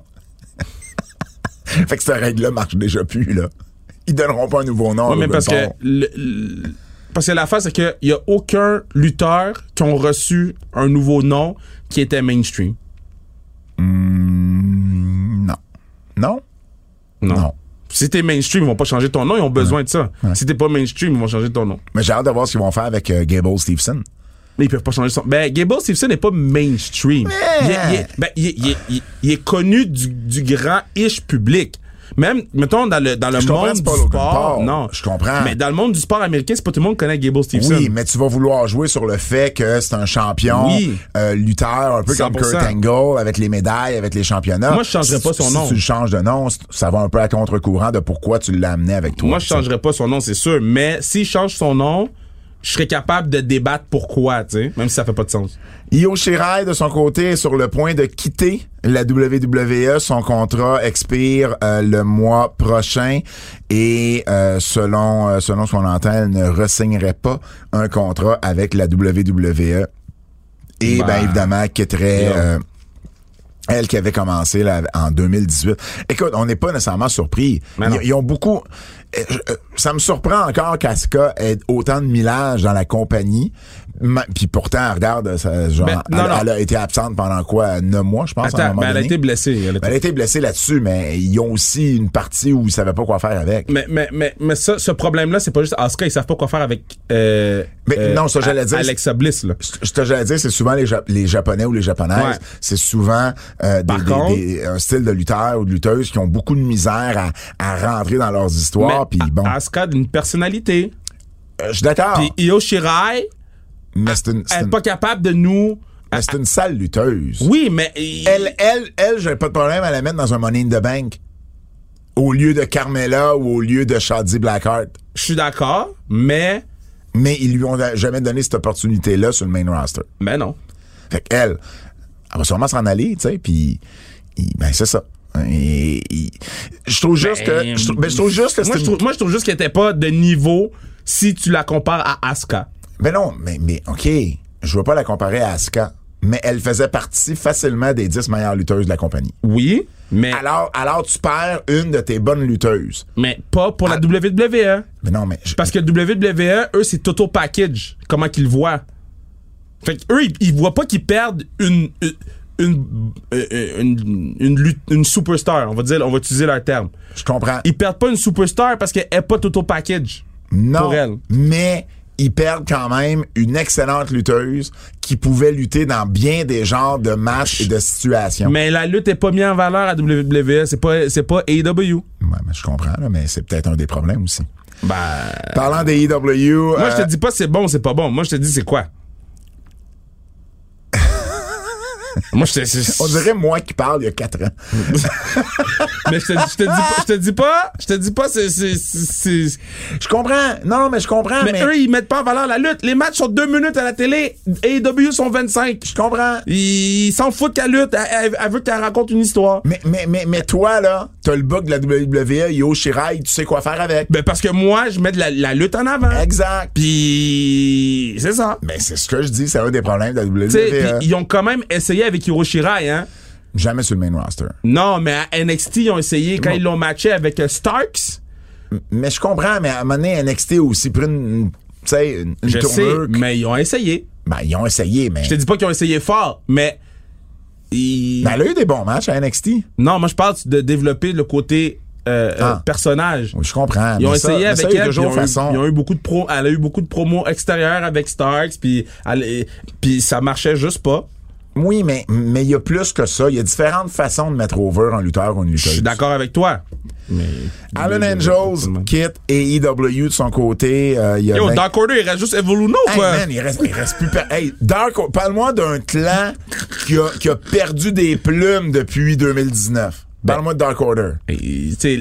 Speaker 2: fait que cette règle-là marche déjà plus, là. Ils donneront pas un nouveau nom. à
Speaker 3: Ouais, mais
Speaker 2: Logan
Speaker 3: parce que,
Speaker 2: Paul.
Speaker 3: le- le- parce que la face, c'est qu'il n'y a aucun lutteur qui ont reçu un nouveau nom qui était mainstream.
Speaker 2: Non. Non? Non.
Speaker 3: Si t'es mainstream, ils vont pas changer ton nom, ils ont besoin de ça. Si t'es pas mainstream, ils vont changer ton nom.
Speaker 2: Mais j'ai hâte de voir ce qu'ils vont faire avec euh, Gable Stevenson.
Speaker 3: Mais ils peuvent pas changer son. Ben, Gable Stevenson n'est pas mainstream. Il, est, il est- ben, il est- il est- il est- il est connu du, du grand-ish public. Même, mettons, dans le, dans le
Speaker 2: Je comprends,
Speaker 3: monde
Speaker 2: c'est
Speaker 3: du
Speaker 2: pas Logan
Speaker 3: sport.
Speaker 2: Paul.
Speaker 3: Non.
Speaker 2: Je comprends.
Speaker 3: Mais dans le monde du sport américain, c'est pas tout le monde qui connaît Gable Stevenson.
Speaker 2: Oui, mais tu vas vouloir jouer sur le fait que c'est un champion,
Speaker 3: Oui.
Speaker 2: euh, lutteur, un peu comme
Speaker 3: 100%.
Speaker 2: Kurt Angle, avec les médailles, avec les championnats.
Speaker 3: Moi, je changerais
Speaker 2: Si-
Speaker 3: pas son
Speaker 2: si
Speaker 3: nom.
Speaker 2: tu le changes de nom, c- ça va un peu à contre-courant de pourquoi tu l'as amené avec toi.
Speaker 3: Moi, je changerais pas son nom, c'est sûr. Mais s'il change son nom, je serais capable de débattre pourquoi, tu sais, même si ça fait pas de sens.
Speaker 2: Io Shirai, de son côté, est sur le point de quitter la WWE. Son contrat expire euh, le mois prochain et euh, selon euh, selon ce qu'on entend, elle ne resignerait pas un contrat avec la WWE. Et
Speaker 3: Ben,
Speaker 2: ben, évidemment, quitterait
Speaker 3: yeah.
Speaker 2: euh, elle qui avait commencé là, en 2018. Écoute, on n'est pas nécessairement surpris.
Speaker 3: Mais non.
Speaker 2: Ils, ils ont beaucoup. euh, je- euh, Ça me surprend encore qu'Asuka ait autant de millage dans la compagnie. Ma- Puis pourtant, regarde, ça, genre,
Speaker 3: Ben,
Speaker 2: elle,
Speaker 3: non, non.
Speaker 2: elle a été absente pendant quoi? 9 mois, je pense, Ah, à un
Speaker 3: Attends,
Speaker 2: moment
Speaker 3: ben, elle a
Speaker 2: donné.
Speaker 3: été blessée. Elle a été-
Speaker 2: Ben, elle a été blessée là-dessus, mais ils ont aussi une partie où ils savaient pas quoi faire avec.
Speaker 3: Mais, mais, mais, mais ça, ce problème-là, c'est pas juste Asuka, ils savent pas quoi faire avec. Euh,
Speaker 2: Mais
Speaker 3: euh,
Speaker 2: non, ça, j'allais
Speaker 3: A-
Speaker 2: dire.
Speaker 3: Alexa Bliss, là.
Speaker 2: Je- je te j'allais dire, c'est souvent les, Ja- les Japonais ou les Japonaises,
Speaker 3: Ouais.
Speaker 2: c'est souvent euh, des,
Speaker 3: Par
Speaker 2: des-
Speaker 3: contre-
Speaker 2: des- un style de lutteur ou de lutteuse qui ont beaucoup de misère à, à rentrer dans leurs histoires. Puis
Speaker 3: mais
Speaker 2: bon,
Speaker 3: A- Asuka a une personnalité.
Speaker 2: euh, je suis d'accord,
Speaker 3: Puis Io Shirai,
Speaker 2: mais c'est une, c'est
Speaker 3: elle est
Speaker 2: une-
Speaker 3: pas capable de nous.
Speaker 2: mais c'est une sale lutteuse.
Speaker 3: Oui, mais. il-
Speaker 2: Elle, elle, elle, j'ai pas de problème à la mettre dans un Money in the Bank au lieu de Carmela ou au lieu de Shadi Blackheart.
Speaker 3: Je suis d'accord, mais.
Speaker 2: Mais ils lui ont jamais donné cette opportunité-là sur le main roster.
Speaker 3: Mais non.
Speaker 2: Fait qu'elle, elle va sûrement s'en aller, tu sais, puis il- ben c'est ça. Et- il- je trouve juste que je trouve, ben, je trouve juste que
Speaker 3: moi,
Speaker 2: c'est
Speaker 3: je
Speaker 2: une-
Speaker 3: trouve, moi, je trouve juste qu'elle était pas de niveau si tu la compares à Asuka.
Speaker 2: ben non, mais mais OK, je veux pas la comparer à Asuka, mais elle faisait partie facilement des 10 meilleures lutteuses de la compagnie.
Speaker 3: Oui, mais,
Speaker 2: Alors alors tu perds une de tes bonnes lutteuses.
Speaker 3: mais pas pour la
Speaker 2: Ah.
Speaker 3: WWE.
Speaker 2: Mais non, mais je-
Speaker 3: hein. Parce que WWE, eux, c'est Toto Package. Comment qu'ils le voient? Fait que eux, ils, ils voient pas qu'ils perdent une, une, une, euh, une, une lutte- une superstar. On va dire, on va utiliser leur terme.
Speaker 2: je comprends.
Speaker 3: Ils perdent pas une superstar parce qu'elle est pas Toto Package.
Speaker 2: Non,
Speaker 3: pour elle.
Speaker 2: mais ils perdent quand même une excellente lutteuse qui pouvait lutter dans bien des genres de matchs et de situations.
Speaker 3: Mais la lutte est pas mise en valeur à WWE. C'est pas, c'est pas E AEW.
Speaker 2: Ouais, mais je comprends, là, mais c'est peut-être un des problèmes aussi.
Speaker 3: Ben.
Speaker 2: Parlant des E euh, EW,
Speaker 3: Moi, je te dis pas c'est bon, c'est pas bon. Moi, je te dis c'est quoi? Moi, je te
Speaker 2: on dirait moi qui parle il y a quatre ans.
Speaker 3: Mais je te, je te dis pas, je te dis pas, je te dis pas, c'est, c'est, c'est- c'est-
Speaker 2: Je comprends. Non, mais je comprends.
Speaker 3: Mais,
Speaker 2: Mais,
Speaker 3: eux, ils mettent pas en valeur la lutte. Les matchs sont deux minutes à la télé. AEW sont 25.
Speaker 2: je comprends.
Speaker 3: Ils s'en foutent qu'à lutte. Elle, elle- elle veut qu'elle raconte une histoire.
Speaker 2: Mais, mais, mais, mais toi, là, t'as le bug de la WWE, Yo Shirai, tu sais quoi faire avec.
Speaker 3: Ben, parce que moi, je mets de la, la lutte en avant.
Speaker 2: Exact. Puis,
Speaker 3: Puis, c'est ça.
Speaker 2: ben, c'est ce que je dis, c'est un des problèmes de la E.
Speaker 3: Tu sais, puis
Speaker 2: WWE.
Speaker 3: ils ont quand même essayé avec Hiro Shirai, hein.
Speaker 2: Jamais sur le main roster.
Speaker 3: Non, mais à NXT, ils ont essayé quand
Speaker 2: Bon.
Speaker 3: ils l'ont matché avec euh, Starks.
Speaker 2: Mais je comprends, mais à un moment donné, NXT a aussi pris une, une- tu sais, une, une
Speaker 3: Je sais,
Speaker 2: tournure. que-
Speaker 3: mais ils ont essayé.
Speaker 2: Ben, ils ont essayé, mais.
Speaker 3: Je te dis pas qu'ils ont essayé fort, mais. ils-
Speaker 2: Ben, elle a eu des bons matchs à NXT.
Speaker 3: Non, moi je parle de développer le côté euh,
Speaker 2: Ah.
Speaker 3: euh, personnage.
Speaker 2: Oui, je comprends.
Speaker 3: Ils ont
Speaker 2: mais ça-
Speaker 3: essayé
Speaker 2: mais ça,
Speaker 3: avec
Speaker 2: il y a
Speaker 3: elle, puis
Speaker 2: toujours
Speaker 3: ils ont, eu,
Speaker 2: façon.
Speaker 3: ils ont eu beaucoup de pro, elle a eu beaucoup de promos extérieurs avec Starks, puis elle- et- puis ça marchait juste pas.
Speaker 2: Oui, mais mais il y a plus que ça. Il y a différentes façons de mettre over un lutteur ou une lutteuse.
Speaker 3: Je suis d'accord avec toi.
Speaker 2: Allen Angels quitte et EW de son côté. euh, il y a
Speaker 3: Yo,
Speaker 2: vingt-
Speaker 3: Dark Order, il reste juste Evoluno,
Speaker 2: Hey,
Speaker 3: quoi.
Speaker 2: man, il reste, il reste plus. per- Hey, Dark, Or- parle-moi d'un clan qui a, qui a perdu des plumes depuis 2019.
Speaker 3: Ben,
Speaker 2: Parle-moi de Dark Order.
Speaker 3: Et, tu sais,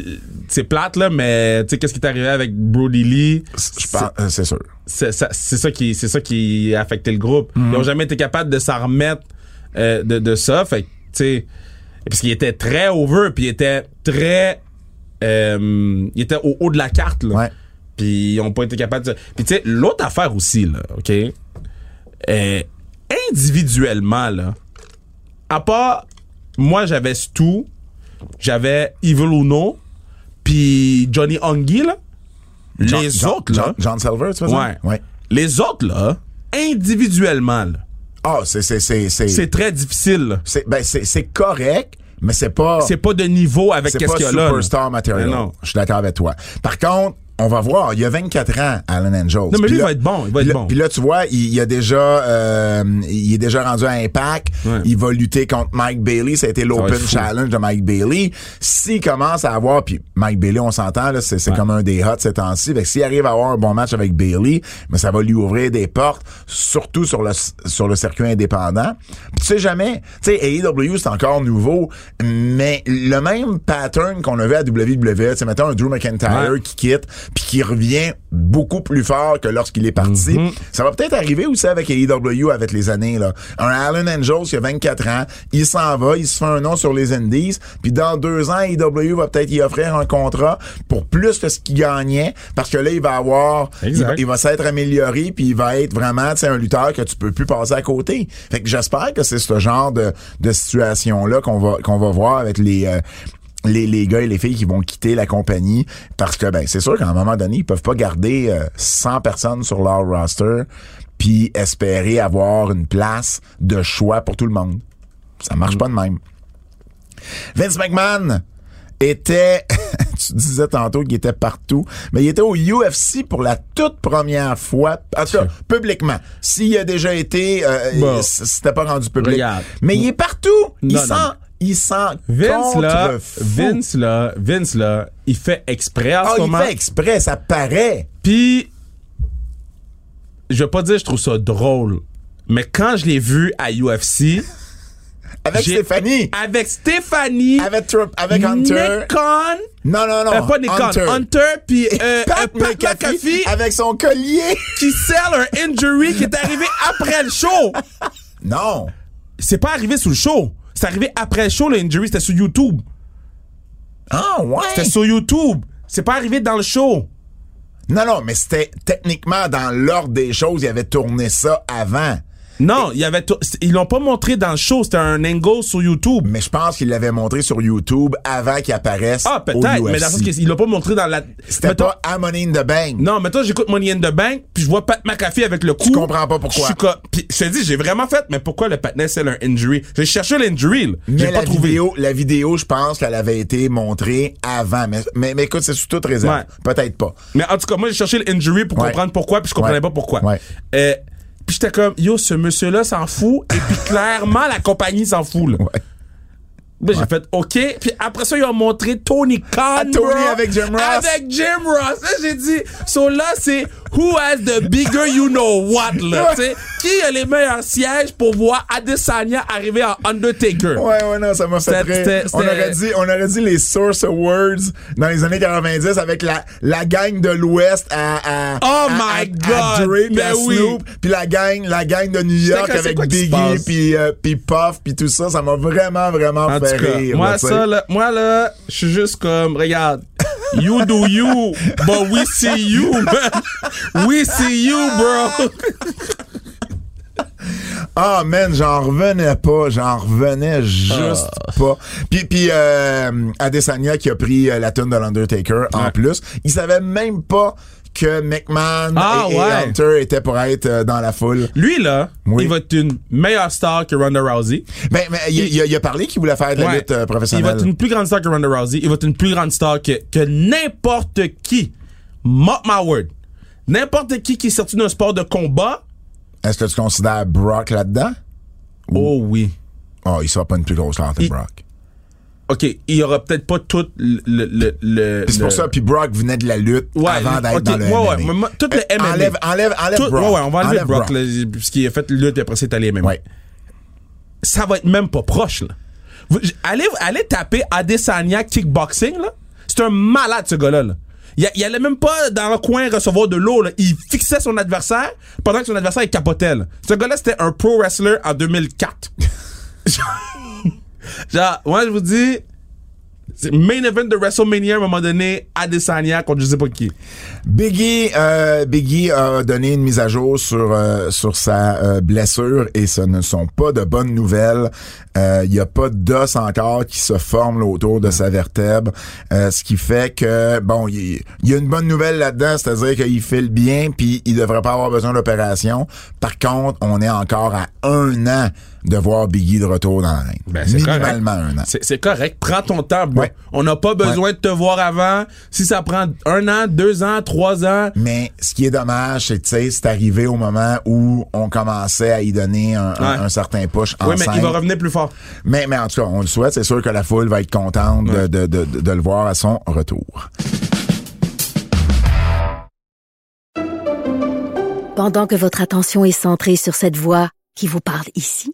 Speaker 3: C'est plate, là, mais tu sais, qu'est-ce qui est arrivé avec Brody Lee?
Speaker 2: Je parle- euh, C'est sûr.
Speaker 3: c'est ça, c'est ça qui c'est ça qui a affecté le groupe.
Speaker 2: Mhm.
Speaker 3: Ils ont jamais été capables de s'en remettre euh, de, de ça. Fait que, tu sais, parce qu'ils étaient très over, puis ils étaient très, euh, ils étaient au haut de la carte là.
Speaker 2: Ouais.
Speaker 3: Puis ils ont pas été capables de. Puis tu sais, l'autre affaire aussi là, ok, Euh, individuellement là, à part moi j'avais Stu, j'avais Evil Uno, puis Johnny Ongi là. les
Speaker 2: John-
Speaker 3: autres là.
Speaker 2: John, John Silver, tu vois ça?
Speaker 3: Ouais. Les autres, là, individuellement, là,
Speaker 2: Ah, c'est c'est c'est c'est
Speaker 3: c'est très difficile. là.
Speaker 2: c'est- ben, c'est c'est correct, mais c'est pas
Speaker 3: C'est pas de niveau avec
Speaker 2: c'est
Speaker 3: qu'est-ce
Speaker 2: pas
Speaker 3: qu'il y a là. là.
Speaker 2: superstar
Speaker 3: Mais
Speaker 2: material.
Speaker 3: non.
Speaker 2: Je suis d'accord avec toi. Par contre, on va voir. Il y a 24 ans, Alan and Jones.
Speaker 3: Non, mais
Speaker 2: Puis
Speaker 3: lui, il
Speaker 2: là-
Speaker 3: va être bon. Il va
Speaker 2: puis
Speaker 3: être
Speaker 2: là-
Speaker 3: bon.
Speaker 2: Puis là, tu vois, il, il a déjà, euh, il est déjà rendu à Impact.
Speaker 3: Ouais.
Speaker 2: Il va lutter contre Mike Bailey. Ça a été
Speaker 3: va
Speaker 2: l'Open
Speaker 3: être fou.
Speaker 2: Challenge de Mike Bailey. S'il commence à avoir, puis Mike Bailey, on s'entend, là, c'est c'est comme un des hots ces temps-ci. Fait que s'il arrive à avoir un bon match avec Bailey, mais ça va lui ouvrir des portes, surtout sur le, sur le circuit indépendant. Puis tu sais jamais, tu sais, AEW, c'est encore nouveau, mais le même pattern qu'on avait à E, WWE, c'est maintenant un Drew McIntyre
Speaker 3: Ouais.
Speaker 2: qui quitte, puis qui revient beaucoup plus fort que lorsqu'il est parti. Ça va peut-être arriver aussi avec AEW avec les années. Là. Un Allen Angels qui a 24 ans, il s'en va, il se fait un nom sur les Indies, puis dans deux ans, AEW va peut-être y offrir un contrat pour plus que ce qu'il gagnait, parce que là, il va avoir... Il va,
Speaker 3: Exact.
Speaker 2: il va s'être amélioré, puis il va être vraiment tu sais, un lutteur que tu peux plus passer à côté. Fait que j'espère que c'est ce genre de, de situation-là qu'on va, qu'on va voir avec les... euh, les, les gars et les filles qui vont quitter la compagnie parce que ben c'est sûr qu'à un moment donné ils peuvent pas garder euh, 100 personnes sur leur roster puis espérer avoir une place de choix pour tout le monde ça marche pas de même Vince McMahon était, tu disais tantôt qu'il était partout, mais il était au UFC pour la toute première fois, en tout cas, publiquement. S'il a déjà été, euh,
Speaker 3: Bon.
Speaker 2: c- c'était pas rendu public.
Speaker 3: Regarde.
Speaker 2: Mais il est partout. il
Speaker 3: Non,
Speaker 2: sent,
Speaker 3: non.
Speaker 2: il sent
Speaker 3: Vince, là,
Speaker 2: contre-fou.
Speaker 3: Vince, là, Vince, là, il fait exprès en
Speaker 2: Ah,
Speaker 3: ce
Speaker 2: il
Speaker 3: moment.
Speaker 2: fait exprès, ça paraît.
Speaker 3: Puis, je vais pas dire je trouve ça drôle, mais quand je l'ai vu à UFC,
Speaker 2: Avec
Speaker 3: J'ai-
Speaker 2: Stéphanie,
Speaker 3: avec Stéphanie,
Speaker 2: avec Trump, avec Hunter.
Speaker 3: Nikon,
Speaker 2: Non, non, non.
Speaker 3: euh, pas Nikon, Hunter, puis euh, euh,
Speaker 2: Pat,
Speaker 3: Pat
Speaker 2: McAfee
Speaker 3: McAfee,
Speaker 2: avec son collier.
Speaker 3: qui sell un injury qui est arrivé après le show.
Speaker 2: Non.
Speaker 3: C'est pas arrivé sous le show. C'est arrivé après le show, le injury, c'était sur YouTube.
Speaker 2: Ah, ouais.
Speaker 3: C'était sur YouTube. C'est pas arrivé dans le show.
Speaker 2: Non, non, mais c'était techniquement dans l'ordre des choses, il avait tourné ça avant.
Speaker 3: Non, il y avait tout- ils l'ont pas montré dans le show, c'était un angle sur YouTube.
Speaker 2: Mais je pense qu'il l'avait montré sur YouTube avant qu'il apparaisse.
Speaker 3: Ah,
Speaker 2: au
Speaker 3: peut-être, mais dans le sens
Speaker 2: UFC.
Speaker 3: qu'ils l'ont pas montré dans la
Speaker 2: C'était
Speaker 3: Mettons-
Speaker 2: pas à Money in the Bank.
Speaker 3: Non, mais toi j'écoute Money in the Bank, puis je vois Pat McAfee avec le coup. Je
Speaker 2: comprends pas pourquoi.
Speaker 3: Je suis co- puis je te dis, j'ai vraiment fait, mais pourquoi le Patnet c'est un injury J'ai cherché l'injury, là.
Speaker 2: Mais
Speaker 3: j'ai
Speaker 2: la
Speaker 3: pas trouvé.
Speaker 2: vidéo, la vidéo, je pense qu'elle avait été montrée avant. Mais, mais, mais écoute, c'est sous toute réserve.
Speaker 3: Ouais.
Speaker 2: Peut-être pas.
Speaker 3: Mais en tout cas, moi j'ai cherché l'injury pour
Speaker 2: Ouais.
Speaker 3: comprendre pourquoi, puis je comprenais
Speaker 2: Ouais.
Speaker 3: pas pourquoi.
Speaker 2: Ouais.
Speaker 3: Euh, puis j'étais comme, yo, ce monsieur-là s'en fout, et puis clairement la compagnie s'en fout. Là.
Speaker 2: Ouais.
Speaker 3: Ben, j'ai fait OK. Puis après ça, ils ont montré Tony Khan.
Speaker 2: Tony
Speaker 3: bro,
Speaker 2: avec Jim Ross.
Speaker 3: Avec Jim Ross. Là, j'ai dit, so là, c'est who has the bigger you know what, là. tu sais. qui a les meilleurs sièges pour voir Adesanya arriver en Undertaker?
Speaker 2: Ouais, ouais, non, ça m'a fait
Speaker 3: C'était-
Speaker 2: rire.
Speaker 3: c'était-
Speaker 2: On aurait, dit,
Speaker 3: c'était-
Speaker 2: on aurait dit les Source Awards dans les années 90 avec la, la gang de l'Ouest à, à,
Speaker 3: Oh
Speaker 2: à-
Speaker 3: my
Speaker 2: à- à
Speaker 3: God!
Speaker 2: Drake,
Speaker 3: Ben
Speaker 2: à
Speaker 3: oui.
Speaker 2: Snoop, puis la gang, la gang de New York
Speaker 3: quand c'est
Speaker 2: avec
Speaker 3: quoi qui se
Speaker 2: Biggie,
Speaker 3: passe?
Speaker 2: puis euh, puis Puff, puis tout ça. Ça m'a vraiment, vraiment
Speaker 3: En
Speaker 2: fait
Speaker 3: tout cas,
Speaker 2: rire.
Speaker 3: moi,
Speaker 2: là, tu sais.
Speaker 3: ça, là, moi, là, je suis juste comme, regarde, you do you, but we see you, man. We see you, bro.
Speaker 2: Ah man, j'en revenais pas, j'en revenais juste
Speaker 3: Ah.
Speaker 2: pas. Puis puis euh, Adesanya qui a pris euh, la tune de l'Undertaker en plus, il savait même pas que McMahon
Speaker 3: Ah,
Speaker 2: et, et
Speaker 3: ouais.
Speaker 2: Hunter étaient pour être euh, dans la foule.
Speaker 3: Lui, là,
Speaker 2: Oui.
Speaker 3: il va être une meilleure star que Ronda Rousey.
Speaker 2: Ben mais il, il a- il a parlé qu'il voulait faire de la
Speaker 3: Ouais.
Speaker 2: lutte euh,
Speaker 3: Il va
Speaker 2: professionnelle.
Speaker 3: être une plus grande star que Ronda Rousey. Il va être une plus grande star que, que n'importe qui. Mark my word. N'importe qui qui est sorti d'un sport de combat.
Speaker 2: Est-ce que tu considères Brock là-dedans
Speaker 3: Oh oui.
Speaker 2: Oh, il sera pas une plus grosse lente que
Speaker 3: Il-
Speaker 2: Brock.
Speaker 3: OK, il y aura peut-être pas tout le... le, le, le-
Speaker 2: Puis c'est pour
Speaker 3: le-
Speaker 2: ça, puis Brock venait de la lutte
Speaker 3: Ouais,
Speaker 2: avant d'être
Speaker 3: ok,
Speaker 2: dans le
Speaker 3: ouais, ouais,
Speaker 2: MMA.
Speaker 3: mais moi, tout le
Speaker 2: Euh,
Speaker 3: MMA.
Speaker 2: Enlève, enlève, enlève
Speaker 3: tout-
Speaker 2: Brock.
Speaker 3: ouais, ouais, on va enlever
Speaker 2: Enlève
Speaker 3: Brock, là, puisqu'il a fait lutte et après c'est allé même.
Speaker 2: Ouais.
Speaker 3: Ça va être même pas proche, là. Vous- j- allez, allez taper Adesanya Kickboxing, là. C'est un malade, ce gars-là, là. Il, a- il allait même pas dans le coin recevoir de l'eau, là. Il fixait son adversaire pendant que son adversaire, il capotait, là. Ce gars-là, c'était un pro wrestler en 2004. Genre, moi, je vous dis... c'est Main event de WrestleMania, à un moment donné, Adesanya contre je sais pas qui.
Speaker 2: Biggie, euh, Biggie a donné une mise à jour sur euh, sur sa euh, blessure et ce ne sont pas de bonnes nouvelles. Euh, Il y a pas d'os encore qui se forme là, autour de sa vertèbre, Euh, ce qui fait que bon, il il y a une bonne nouvelle là-dedans, c'est-à-dire qu'il file bien puis il devrait pas avoir besoin d'opération. Par contre, on est encore à un an de voir Biggie de retour dans l'arène.
Speaker 3: Ben, c'est
Speaker 2: Minimalement un an.
Speaker 3: C'est, c'est correct. Prends ton temps, bro.
Speaker 2: Ouais.
Speaker 3: On n'a pas besoin de te voir avant. Si ça prend un an, deux ans, trois ans,
Speaker 2: Mais ce qui est dommage, c'est que tu sais, c'est arrivé au moment où on commençait à y donner un, un-
Speaker 3: Ouais.
Speaker 2: un certain push en
Speaker 3: oui, mais il
Speaker 2: scène.
Speaker 3: va revenir plus fort.
Speaker 2: Mais, mais en tout cas, on le souhaite. C'est sûr que la foule va être contente de- de, de, de, de le voir à son retour.
Speaker 1: Pendant que votre attention est centrée sur cette voix qui vous parle ici,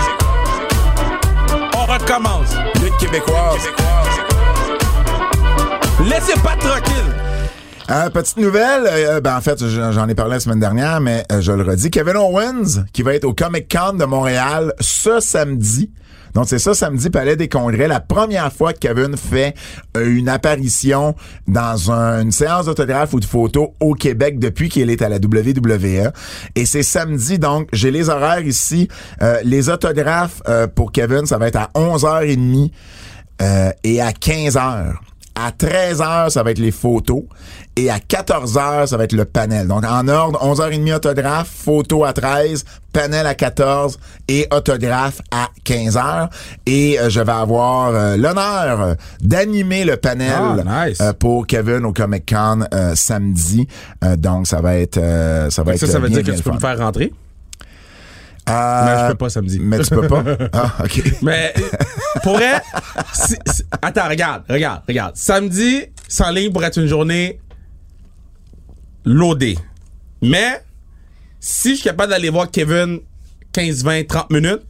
Speaker 3: On recommence.
Speaker 2: Lutte québécoise.
Speaker 3: Laissez pas tranquille.
Speaker 2: Euh, petite nouvelle, euh, ben en fait j'en j'en ai parlé la semaine dernière, mais euh, je le redis, Kevin Owens qui va être au Comic Con de Montréal ce samedi. Donc c'est ça samedi Palais des Congrès, la première fois que Kevin fait euh, une apparition dans un- une séance d'autographe ou de photo au Québec depuis qu'il est à la WWE. Et c'est samedi donc, j'ai les horaires ici. Euh, les autographes euh, pour Kevin, ça va être à 11h30 euh, et à 15h. À 13h, ça va être les photos. Et à 14h, ça va être le panel. Donc, en ordre, 11h30 autographe, photo à 13, panel à 14 et autographe à 15h. Et euh, je vais avoir euh, l'honneur euh, d'animer le panel
Speaker 3: Ah, nice.
Speaker 2: euh, pour Kevin au Comic Con euh, samedi. Euh, donc, ça va être... euh, ça va être
Speaker 3: Ça, ça
Speaker 2: euh,
Speaker 3: veut
Speaker 2: bien,
Speaker 3: dire que
Speaker 2: bien
Speaker 3: tu peux
Speaker 2: le
Speaker 3: me
Speaker 2: fun.
Speaker 3: faire rentrer.
Speaker 2: Euh,
Speaker 3: Mais je peux pas samedi.
Speaker 2: Mais tu peux pas? Ah, OK.
Speaker 3: Mais pour être. si- si- attends, regarde, regarde, regarde. Samedi, sans ligne pourrait être une journée loadée. Mais si je suis capable d'aller voir Kevin 15, 20, 30 minutes,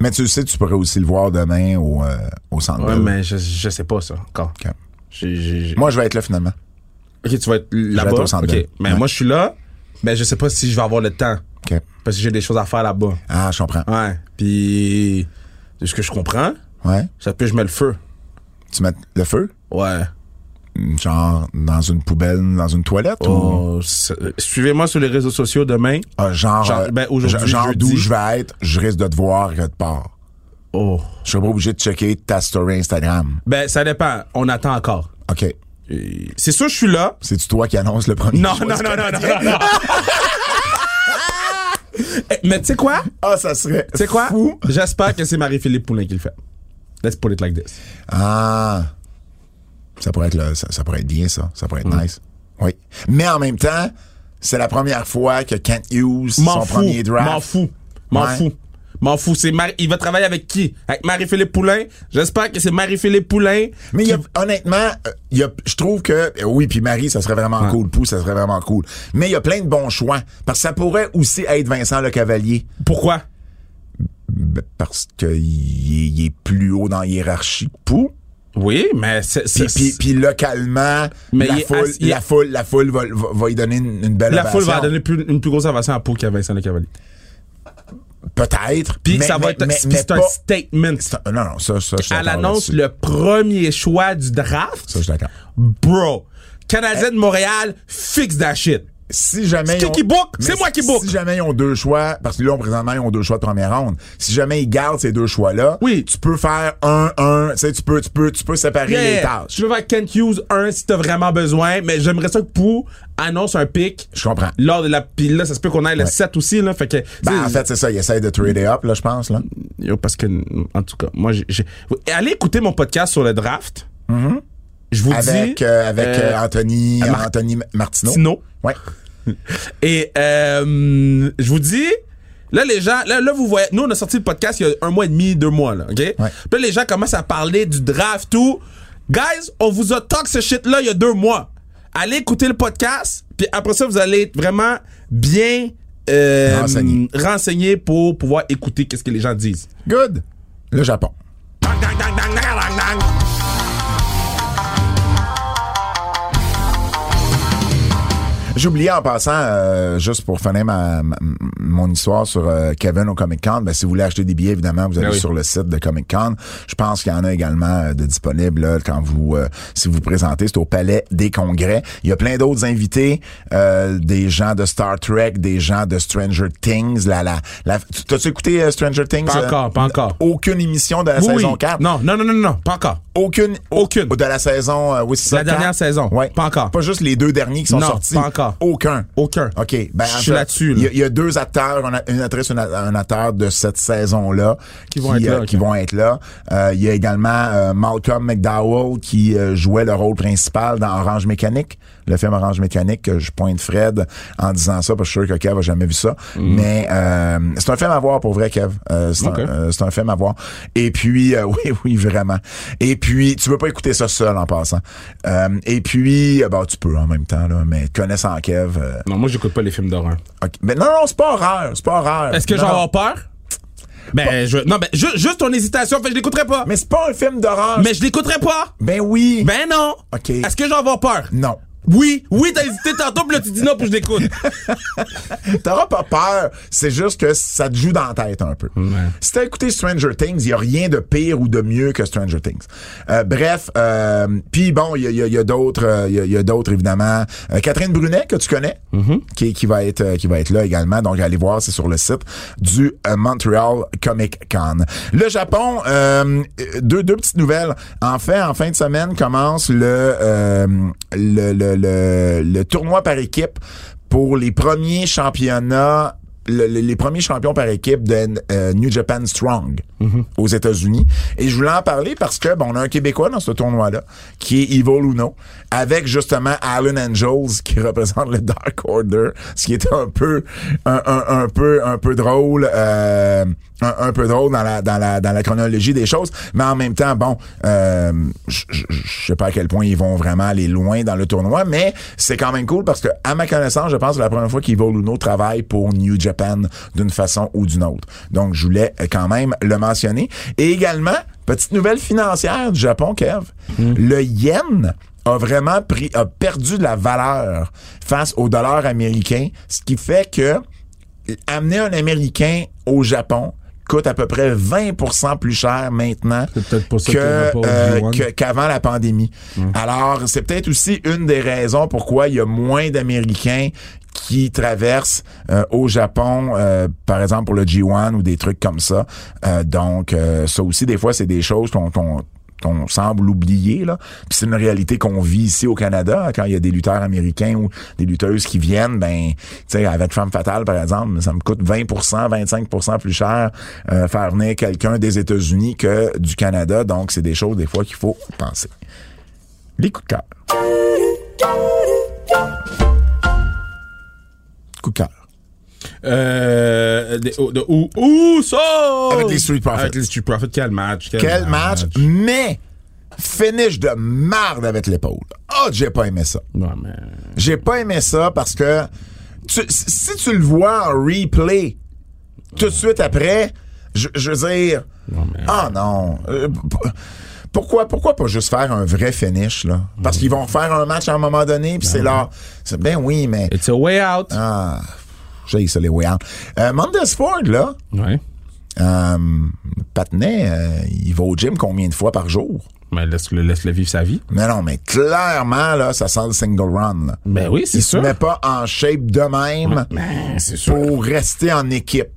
Speaker 2: Mais tu sais, tu pourrais aussi le voir demain au, euh, au centre
Speaker 3: ouais,
Speaker 2: Bell.
Speaker 3: mais je, je sais pas ça encore.
Speaker 2: OK.
Speaker 3: J'ai- j'ai- j'ai-
Speaker 2: Moi, je vais être là finalement.
Speaker 3: ok, tu vas être
Speaker 2: Je vais
Speaker 3: là-bas.
Speaker 2: être au Centre
Speaker 3: Ok.
Speaker 2: Bell.
Speaker 3: Mais
Speaker 2: Ouais.
Speaker 3: moi, je suis là, mais je sais pas si je vais avoir le temps.
Speaker 2: OK.
Speaker 3: Parce que j'ai des choses à faire là-bas.
Speaker 2: Ah, je comprends.
Speaker 3: Ouais. Puis, de ce que je comprends,
Speaker 2: Ouais.
Speaker 3: ça peut que je mets le feu.
Speaker 2: Tu mets le feu?
Speaker 3: Ouais.
Speaker 2: Genre dans une poubelle, dans une toilette ou
Speaker 3: Oh, c'est- Suivez-moi sur les réseaux sociaux demain.
Speaker 2: Ah, genre,
Speaker 3: Genre, ben,
Speaker 2: euh,
Speaker 3: aujourd'hui,
Speaker 2: genre- genre
Speaker 3: jeudi.
Speaker 2: d'où je vais être, je risque de te voir quelque part.
Speaker 3: Oh.
Speaker 2: Je serai pas obligé de checker ta story Instagram.
Speaker 3: Ben, ça dépend. On attend encore.
Speaker 2: OK.
Speaker 3: Euh, C'est sûr, je suis là.
Speaker 2: C'est-tu toi qui annonce le premier?
Speaker 3: Non,
Speaker 2: choix
Speaker 3: non,
Speaker 2: du
Speaker 3: non, non,
Speaker 2: Canadien?
Speaker 3: non, non. Eh, Mais tu sais quoi?
Speaker 2: Ah, ça serait.
Speaker 3: Tu sais quoi?
Speaker 2: Fou.
Speaker 3: J'espère que c'est Marie-Philippe Poulin qui le fait. Let's put it like this.
Speaker 2: Ah. Ça pourrait être le- ça, ça pourrait être bien, ça. Ça pourrait être
Speaker 3: Hmm.
Speaker 2: nice. Oui. Mais en même temps, c'est la première fois que Kent Hughes,
Speaker 3: M'en
Speaker 2: son
Speaker 3: fous.
Speaker 2: premier draft.
Speaker 3: M'en fous. M'en
Speaker 2: Ouais.
Speaker 3: fous. M'en fous. C'est Marie- Il va travailler avec qui? Avec Marie-Philippe Poulin. J'espère que c'est Marie-Philippe Poulin.
Speaker 2: Mais il y a-
Speaker 3: qui-
Speaker 2: honnêtement, euh, il y a- je trouve que euh, oui, puis Marie, ça serait vraiment cool, Pou, ça serait vraiment cool. Mais il y a plein de bons choix parce que ça pourrait aussi être Vincent Le Cavalier
Speaker 3: Pourquoi?
Speaker 2: Ben, parce que il est- il est plus haut dans la hiérarchie que Pou.
Speaker 3: Oui, mais c'est.
Speaker 2: Puis,
Speaker 3: c'est-
Speaker 2: puis, puis localement,
Speaker 3: Mais
Speaker 2: la,
Speaker 3: il est
Speaker 2: foule,
Speaker 3: ass- il
Speaker 2: la
Speaker 3: est-
Speaker 2: foule, la foule, va, va, va y donner une, une belle
Speaker 3: la foule va
Speaker 2: ovation.
Speaker 3: donner plus- une plus grosse ovation à Pau qu'à Vincent Le Cavalier.
Speaker 2: peut-être.
Speaker 3: Puis
Speaker 2: mais-
Speaker 3: ça
Speaker 2: mais-
Speaker 3: va être
Speaker 2: mais-
Speaker 3: puis
Speaker 2: mais
Speaker 3: c'est un
Speaker 2: pas-
Speaker 3: statement.
Speaker 2: c'est un- Non, non, ça, ça, je suis
Speaker 3: à
Speaker 2: d'accord
Speaker 3: l'annonce
Speaker 2: là-dessus.
Speaker 3: le premier choix du draft.
Speaker 2: Ça, je Eh. suis d'accord.
Speaker 3: Bro, Canadien de Montréal, fixe that shit.
Speaker 2: Si jamais.
Speaker 3: C'est qui
Speaker 2: ils ont-
Speaker 3: qui book?
Speaker 2: Mais
Speaker 3: C'est moi
Speaker 2: si-
Speaker 3: qui book.
Speaker 2: Si jamais ils ont deux choix, parce que là, présentement, ils ont deux choix de première ronde. Si jamais ils gardent ces deux choix-là,
Speaker 3: Oui.
Speaker 2: tu peux faire un, un, tu sais, tu peux, tu peux, tu peux séparer
Speaker 3: Yeah.
Speaker 2: les tâches.
Speaker 3: Je veux faire Kent Hughes 1 si t'as vraiment besoin, mais j'aimerais ça que Pou annonce un pic
Speaker 2: Je comprends.
Speaker 3: lors de la. Puis là, ça se peut qu'on aille le 7 aussi, là. Fait que.
Speaker 2: Ben,
Speaker 3: tu
Speaker 2: en
Speaker 3: sais,
Speaker 2: fait, c'est ça. Ils essayent de trader up, là, je pense, là.
Speaker 3: Yo, parce que, en tout cas, moi, j'ai. j'ai- Allez écouter mon podcast sur le draft. Je vous
Speaker 2: Mm-hmm. Avec,
Speaker 3: dis.
Speaker 2: euh, avec
Speaker 3: euh,
Speaker 2: euh, Anthony,
Speaker 3: Mar-
Speaker 2: Anthony Martineau.
Speaker 3: Martineau.
Speaker 2: Ouais.
Speaker 3: Et euh, je vous dis, là, les gens, là, là, vous voyez, nous, on a sorti le podcast il y a un mois et demi, deux mois, là, OK? Puis là, les gens commencent à parler du draft, tout. Guys, on vous a talk ce shit-là il y a deux mois. Allez écouter le podcast, puis après ça, vous allez être vraiment bien euh,
Speaker 2: Renseigné.
Speaker 3: renseigné pour pouvoir écouter qu'est-ce que les gens disent.
Speaker 2: Good. Le Japon.
Speaker 3: Dang, dang, dang, dang, dang, dang, dang.
Speaker 2: J'oubliais en passant, euh, juste pour finir ma, ma- mon histoire sur euh, Kevin au Comic Con, ben, si vous voulez acheter des billets, évidemment, vous allez
Speaker 3: oui.
Speaker 2: sur le site de Comic Con. Je pense qu'il y en a également euh, de disponibles là, quand vous euh, si vous vous présentez, c'est au Palais des Congrès. Il y a plein d'autres invités, euh, des gens de Star Trek, des gens de Stranger Things. La, la, la, T'as-tu écouté euh, Stranger Things?
Speaker 3: Pas
Speaker 2: euh,
Speaker 3: encore, pas encore.
Speaker 2: Aucune émission de la
Speaker 3: Oui, oui.
Speaker 2: saison 4?
Speaker 3: Non, non, non, non, non, pas encore.
Speaker 2: Aucune.
Speaker 3: Aucune.
Speaker 2: De la saison, euh, oui, c'est ça,
Speaker 3: La dernière
Speaker 2: quatre.
Speaker 3: saison.
Speaker 2: Ouais.
Speaker 3: Pas encore.
Speaker 2: Pas juste les deux derniers qui sont
Speaker 3: Non,
Speaker 2: sortis.
Speaker 3: pas encore.
Speaker 2: Aucun.
Speaker 3: Aucun.
Speaker 2: OK. Ben,
Speaker 3: Je
Speaker 2: en
Speaker 3: suis
Speaker 2: fait,
Speaker 3: là-dessus, là.
Speaker 2: Il y a- il y, a deux acteurs, un a- une actrice, un a- un acteur de cette saison-là
Speaker 3: Qui vont être là,
Speaker 2: euh, qui
Speaker 3: ok.
Speaker 2: vont être là. Euh, il y a également euh, Malcolm McDowell qui euh, jouait le rôle principal dans Orange Mécanique, le film Orange Mécanique que je pointe Fred en disant ça parce que je suis sûr que Kev a jamais vu ça. Mais euh, c'est un film à voir pour vrai, Kev. Euh, c'est un-
Speaker 3: Mm. Ok.
Speaker 2: euh, c'est un, film à voir. Et puis, euh, oui, oui, vraiment. Et puis, tu veux pas écouter ça seul en passant. Euh, et puis, euh, bon, tu peux en même temps, là, mais connaissant Kev. euh,
Speaker 3: Non, moi, j'écoute pas les films d'horreur.
Speaker 2: ok. Mais non, non, c'est pas horreur, c'est pas horreur.
Speaker 3: Est-ce que
Speaker 2: Non,
Speaker 3: j'en
Speaker 2: non.
Speaker 3: avoir peur? Ben, je, non, ben, ju- juste ton hésitation, fait que je l'écouterai pas. Mais,
Speaker 2: Mais c'est pas un film d'horreur.
Speaker 3: je l'écouterai pas.
Speaker 2: Ben oui.
Speaker 3: Ben non.
Speaker 2: Ok.
Speaker 3: Est-ce que j'en avoir peur?
Speaker 2: Non.
Speaker 3: Oui, oui, t'as hésité tantôt, puis là, tu dis non, puis je l'écoute.
Speaker 2: T'auras pas peur, c'est juste que ça te joue dans la tête un peu. Si t'as écouté Stranger Things, il y a rien de pire ou de mieux que Stranger Things. Euh, bref, euh, puis bon, il y a, il y a- il y a d'autres, euh, il y a, il y a d'autres évidemment. Euh, Catherine Brunet que tu connais, qui, qui va être euh, qui va être là également. Donc allez voir, c'est sur le site du euh, Montreal Comic Con. Le Japon, euh, deux deux petites nouvelles. En fait, en fin de semaine commence le euh, le, le, le, le tournoi par équipe pour les premiers championnats le- le- les premiers champions par équipe de euh, New Japan Strong aux États-Unis. Et je voulais en parler parce que bon, on a un Québécois dans ce tournoi-là, qui est Ivo Luno, avec justement Alan Angels qui représente le Dark Order, ce qui est un peu un, un- un peu un peu drôle, euh, un, un peu drôle dans la dans la dans la chronologie des choses. Mais en même temps, bon, euh, je je- je sais pas à quel point ils vont vraiment aller loin dans le tournoi, mais c'est quand même cool parce que, à ma connaissance, je pense que c'est la première fois qu'Ivo Luno travaille pour New Japan d'une façon ou d'une autre. Donc, je voulais euh, quand même le mentionner. Et également, petite nouvelle financière du Japon, Kev. Le yen a vraiment pris, a perdu de la valeur face au dollar américain, ce qui fait que amener un Américain au Japon coûte à peu près 20 plus cher maintenant
Speaker 3: C'est peut-être pour
Speaker 2: que,
Speaker 3: ça qu'il y en a pas au Hum.
Speaker 2: euh,
Speaker 3: G1.
Speaker 2: que- qu'avant la pandémie. Alors, c'est peut-être aussi une des raisons pourquoi il y a moins d'Américains qui traversent euh, au Japon, euh, par exemple pour le G1 ou des trucs comme ça. Euh, donc, euh, ça aussi, des fois, c'est des choses qu'on... qu'on- qu'on semble oublier là puis c'est une réalité qu'on vit ici au Canada hein, quand il y a des lutteurs américains ou des lutteuses qui viennent ben tu sais avec femme fatale par exemple ça me coûte 20 25 plus cher euh, faire venir quelqu'un des États-Unis que du Canada donc c'est des choses des fois qu'il faut penser les coups de cœur coups de cœur
Speaker 3: Euh, de, de- où, où ça?
Speaker 2: Avec les Street Profits.
Speaker 3: Avec les Street Profits, quel match.
Speaker 2: quel match mais finish de marde avec l'épaule oh j'ai pas aimé ça
Speaker 3: Ouais, mais...
Speaker 2: J'ai pas aimé ça parce que tu- si tu le vois en replay tout de suite après, je, je veux dire,
Speaker 3: mais-
Speaker 2: ah non. euh, p- p- pourquoi, pourquoi pas juste faire un vrai finish, là? Parce qu'ils vont faire un match à un moment donné, puis c'est là. c'est- Ben oui, mais.
Speaker 3: It's a way out.
Speaker 2: Ah, j'ai ça, les way out. Euh, Montez Ford, là,
Speaker 3: Ouais.
Speaker 2: euh, Patnais, euh, il va au gym combien de fois par jour?
Speaker 3: Mais laisse-le laisse vivre sa vie.
Speaker 2: Mais non, mais clairement, là, ça sent le single run, là.
Speaker 3: Ben oui, c'est
Speaker 2: Il se
Speaker 3: sûr.
Speaker 2: met pas en shape de même
Speaker 3: Ben, c'est sûr.
Speaker 2: pour rester en équipe.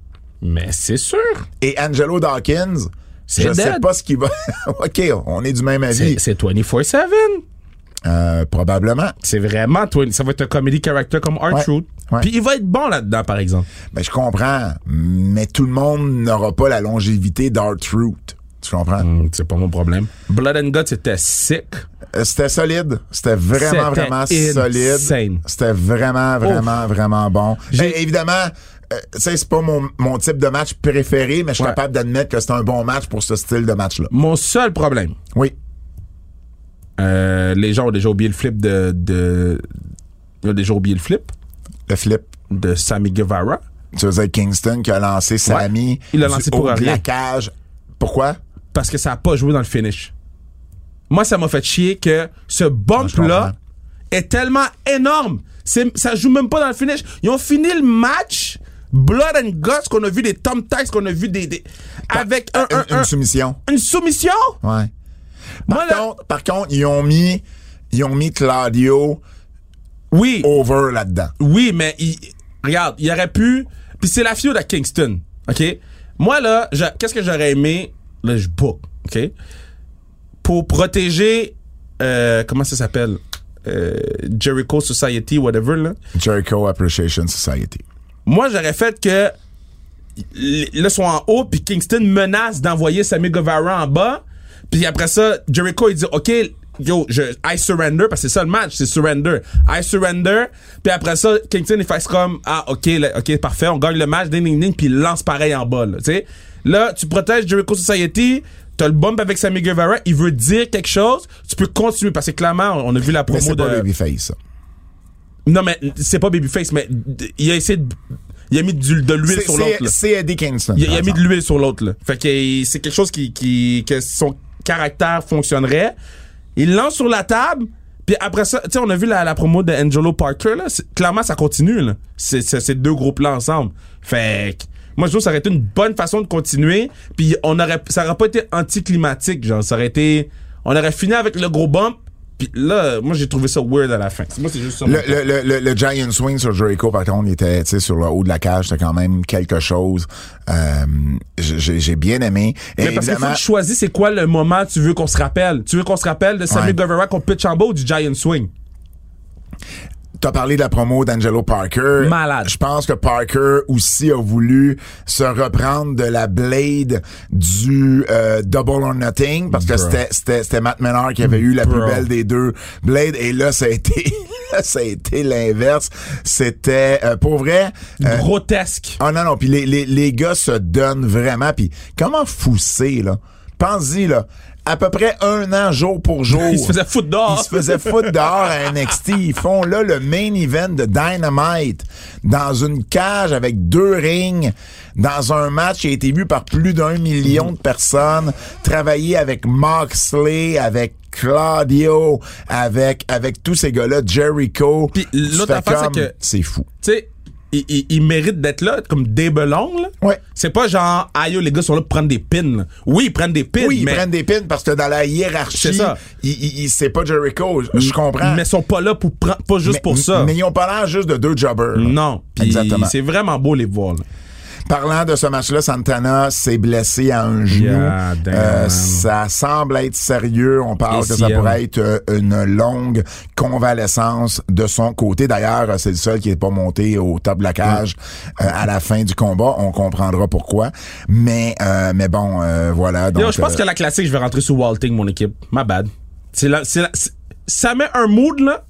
Speaker 3: Mais c'est sûr.
Speaker 2: Et Angelo Dawkins, je
Speaker 3: C'est
Speaker 2: sais
Speaker 3: dead.
Speaker 2: pas ce qu'il va. OK, on est du même avis.
Speaker 3: C'est c'est 24-7.
Speaker 2: Euh, probablement.
Speaker 3: C'est vraiment 20. Ça va être un comedy character comme
Speaker 2: Ouais.
Speaker 3: Artrude.
Speaker 2: Ouais.
Speaker 3: Puis il va être bon là-dedans, par exemple.
Speaker 2: Ben, je comprends, mais tout le monde n'aura pas la longévité d'Art Root. Tu comprends?
Speaker 3: Hum, C'est pas mon problème. Blood and Guts était sick.
Speaker 2: Euh, C'était solide. C'était vraiment,
Speaker 3: C'était
Speaker 2: vraiment solide.
Speaker 3: insane.
Speaker 2: C'était vraiment, vraiment, vraiment bon. Ben, évidemment, euh, tu sais, c'est pas mon, mon type de match préféré, mais je suis
Speaker 3: Ouais. Mm.
Speaker 2: capable d'admettre que c'est un bon match pour ce style de match-là.
Speaker 3: Mon seul problème,
Speaker 2: Oui.
Speaker 3: euh, les gens ont déjà oublié le flip de. de ils ont déjà oublié le flip
Speaker 2: Le flip.
Speaker 3: de Sammy Guevara.
Speaker 2: Tu veux dire Kingston qui a lancé Sammy
Speaker 3: Il l'a
Speaker 2: du
Speaker 3: lancé
Speaker 2: haut
Speaker 3: pour
Speaker 2: de
Speaker 3: rien.
Speaker 2: la cage. Pourquoi?
Speaker 3: parce que ça a pas joué dans le finish. Moi, ça m'a fait chier que ce
Speaker 2: Ah, je comprends.
Speaker 3: bump-là est tellement énorme. C'est, ça joue même pas dans le finish. Ils ont fini le match. Blood and Guts, qu'on a vu des Tom Tax, qu'on a vu des. des- avec un, un-
Speaker 2: Une,
Speaker 3: un-
Speaker 2: une soumission.
Speaker 3: une soumission?
Speaker 2: Ouais. Par,
Speaker 3: Moi, là-
Speaker 2: contre, par contre, ils ont mis, ils ont mis Claudio
Speaker 3: Oui.
Speaker 2: over là-dedans.
Speaker 3: Oui, mais il, regarde, il aurait pu. Puis c'est la feud à Kingston, ok. Moi là, je- qu'est-ce que j'aurais aimé Là, je book, ok. Pour protéger, euh, comment ça s'appelle Euh, Jericho Society, whatever là.
Speaker 2: Jericho Appreciation Society.
Speaker 3: Moi, j'aurais fait que l- là ils sont en haut, puis Kingston menace d'envoyer Sammy Guevara en bas, puis après ça, Jericho il dit ok. Yo, je, I surrender, parce que c'est ça le match, c'est surrender. I surrender, puis après ça, Kingston, il fasse comme, ah, ok, là, ok, parfait, on gagne le match, ding, ding, ding, puis il lance pareil en bas, là, tu sais. Là, tu protèges Jericho Society, t'as le bump avec Sammy Guevara, il veut dire quelque chose, tu peux continuer, parce que clairement, on a vu la
Speaker 2: Mais
Speaker 3: promo
Speaker 2: c'est
Speaker 3: de...
Speaker 2: pas Babyface, ça.
Speaker 3: Non, mais c'est pas Babyface, mais d- il a essayé de. Il a mis du- de l'huile
Speaker 2: C'est-
Speaker 3: sur l'autre.
Speaker 2: C'est Ah,
Speaker 3: là.
Speaker 2: c'est Eddie Kingston.
Speaker 3: Il, a-
Speaker 2: par
Speaker 3: il a mis de
Speaker 2: exemple.
Speaker 3: l'huile sur l'autre. là. Fait que euh, c'est quelque chose qui, qui. que son caractère fonctionnerait. Il lance sur la table. Puis après ça, tu sais, on a vu la, la promo de Angelo Parker, là. C'est- Clairement, ça continue, là. C'est c'est- ces deux groupes-là ensemble. Fait que, moi, je trouve que ça aurait été une bonne façon de continuer. Puis on aurait, ça aurait pas été anticlimatique, genre. Ça aurait été, on aurait fini avec le gros bump. Puis là, moi, j'ai trouvé ça weird à la fin. Moi, c'est juste ça. mon-
Speaker 2: Le, le, le, le, le Giant Swing sur Jericho, par contre, il était tu sais, sur le haut de la cage, c'était quand même quelque chose. Euh, J'ai j'ai bien aimé. Et
Speaker 3: Mais parce qu'il faut
Speaker 2: évidemment,
Speaker 3: que tu choisisses c'est quoi le moment que tu veux qu'on se rappelle. Tu veux qu'on se rappelle de Sammy
Speaker 2: Ouais.
Speaker 3: Guevara qu'on pitch en bas ou du Giant Swing?
Speaker 2: T'as parlé de la promo d'Angelo Parker.
Speaker 3: Malade.
Speaker 2: Je pense que Parker aussi a voulu se reprendre de la blade du euh, Double or Nothing parce que
Speaker 3: Bruh.
Speaker 2: c'était c'était c'était Matt Menard qui avait eu la
Speaker 3: Bruh.
Speaker 2: plus belle des deux blades et là ça a été là, ça a été l'inverse. C'était euh, pour vrai. euh,
Speaker 3: Grotesque.
Speaker 2: ah non, non, puis les, les, les gars se donnent vraiment. Puis comment fousser, là? Pense-y, là. À peu près un an, jour pour jour.
Speaker 3: Ils se faisaient foutre dehors.
Speaker 2: Ils se faisaient foutre dehors à NXT. Ils font là le main event de Dynamite dans une cage avec deux rings, dans un match qui a été vu par plus d'un million de personnes, travailler avec Moxley, avec Claudio, avec, avec tous ces gars-là, Jericho.
Speaker 3: Puis
Speaker 2: Tu
Speaker 3: l'autre
Speaker 2: fais
Speaker 3: affaire, c'est
Speaker 2: comme,
Speaker 3: que-
Speaker 2: C'est fou.
Speaker 3: Tu sais, il, il, il mérite d'être là, comme des belongs, là.
Speaker 2: Ouais.
Speaker 3: C'est pas genre, ah yo, les gars sont là pour prendre des pins. là. Oui, ils prennent des pins,
Speaker 2: Oui, ils
Speaker 3: mais,
Speaker 2: prennent des pins parce que dans la hiérarchie,
Speaker 3: C'est ça.
Speaker 2: ils- ils- ils- c'est pas Jericho. Je- Je comprends.
Speaker 3: mais ils sont pas là pour prendre, pas juste
Speaker 2: Mais-
Speaker 3: pour ça.
Speaker 2: Mais ils ont pas l'air juste de deux jobbers. là.
Speaker 3: non. Puis
Speaker 2: Exactement.
Speaker 3: c'est vraiment beau les voir, là.
Speaker 2: Parlant de ce match-là, Santana s'est blessé à un genou.
Speaker 3: Yeah, damn.
Speaker 2: Euh, ça semble être sérieux. On parle que ça
Speaker 3: ACL.
Speaker 2: pourrait être euh, une longue convalescence de son côté. D'ailleurs, euh, c'est le seul qui n'est pas monté au top de la cage
Speaker 3: Mm.
Speaker 2: euh, à la fin du combat. On comprendra pourquoi. Mais, euh, mais bon, euh, voilà.
Speaker 3: Yo,
Speaker 2: donc,
Speaker 3: je pense
Speaker 2: euh,
Speaker 3: que la classique, je vais rentrer sur Walting, mon équipe. My bad. C'est la, c'est la- c'est- ça met un mood, là.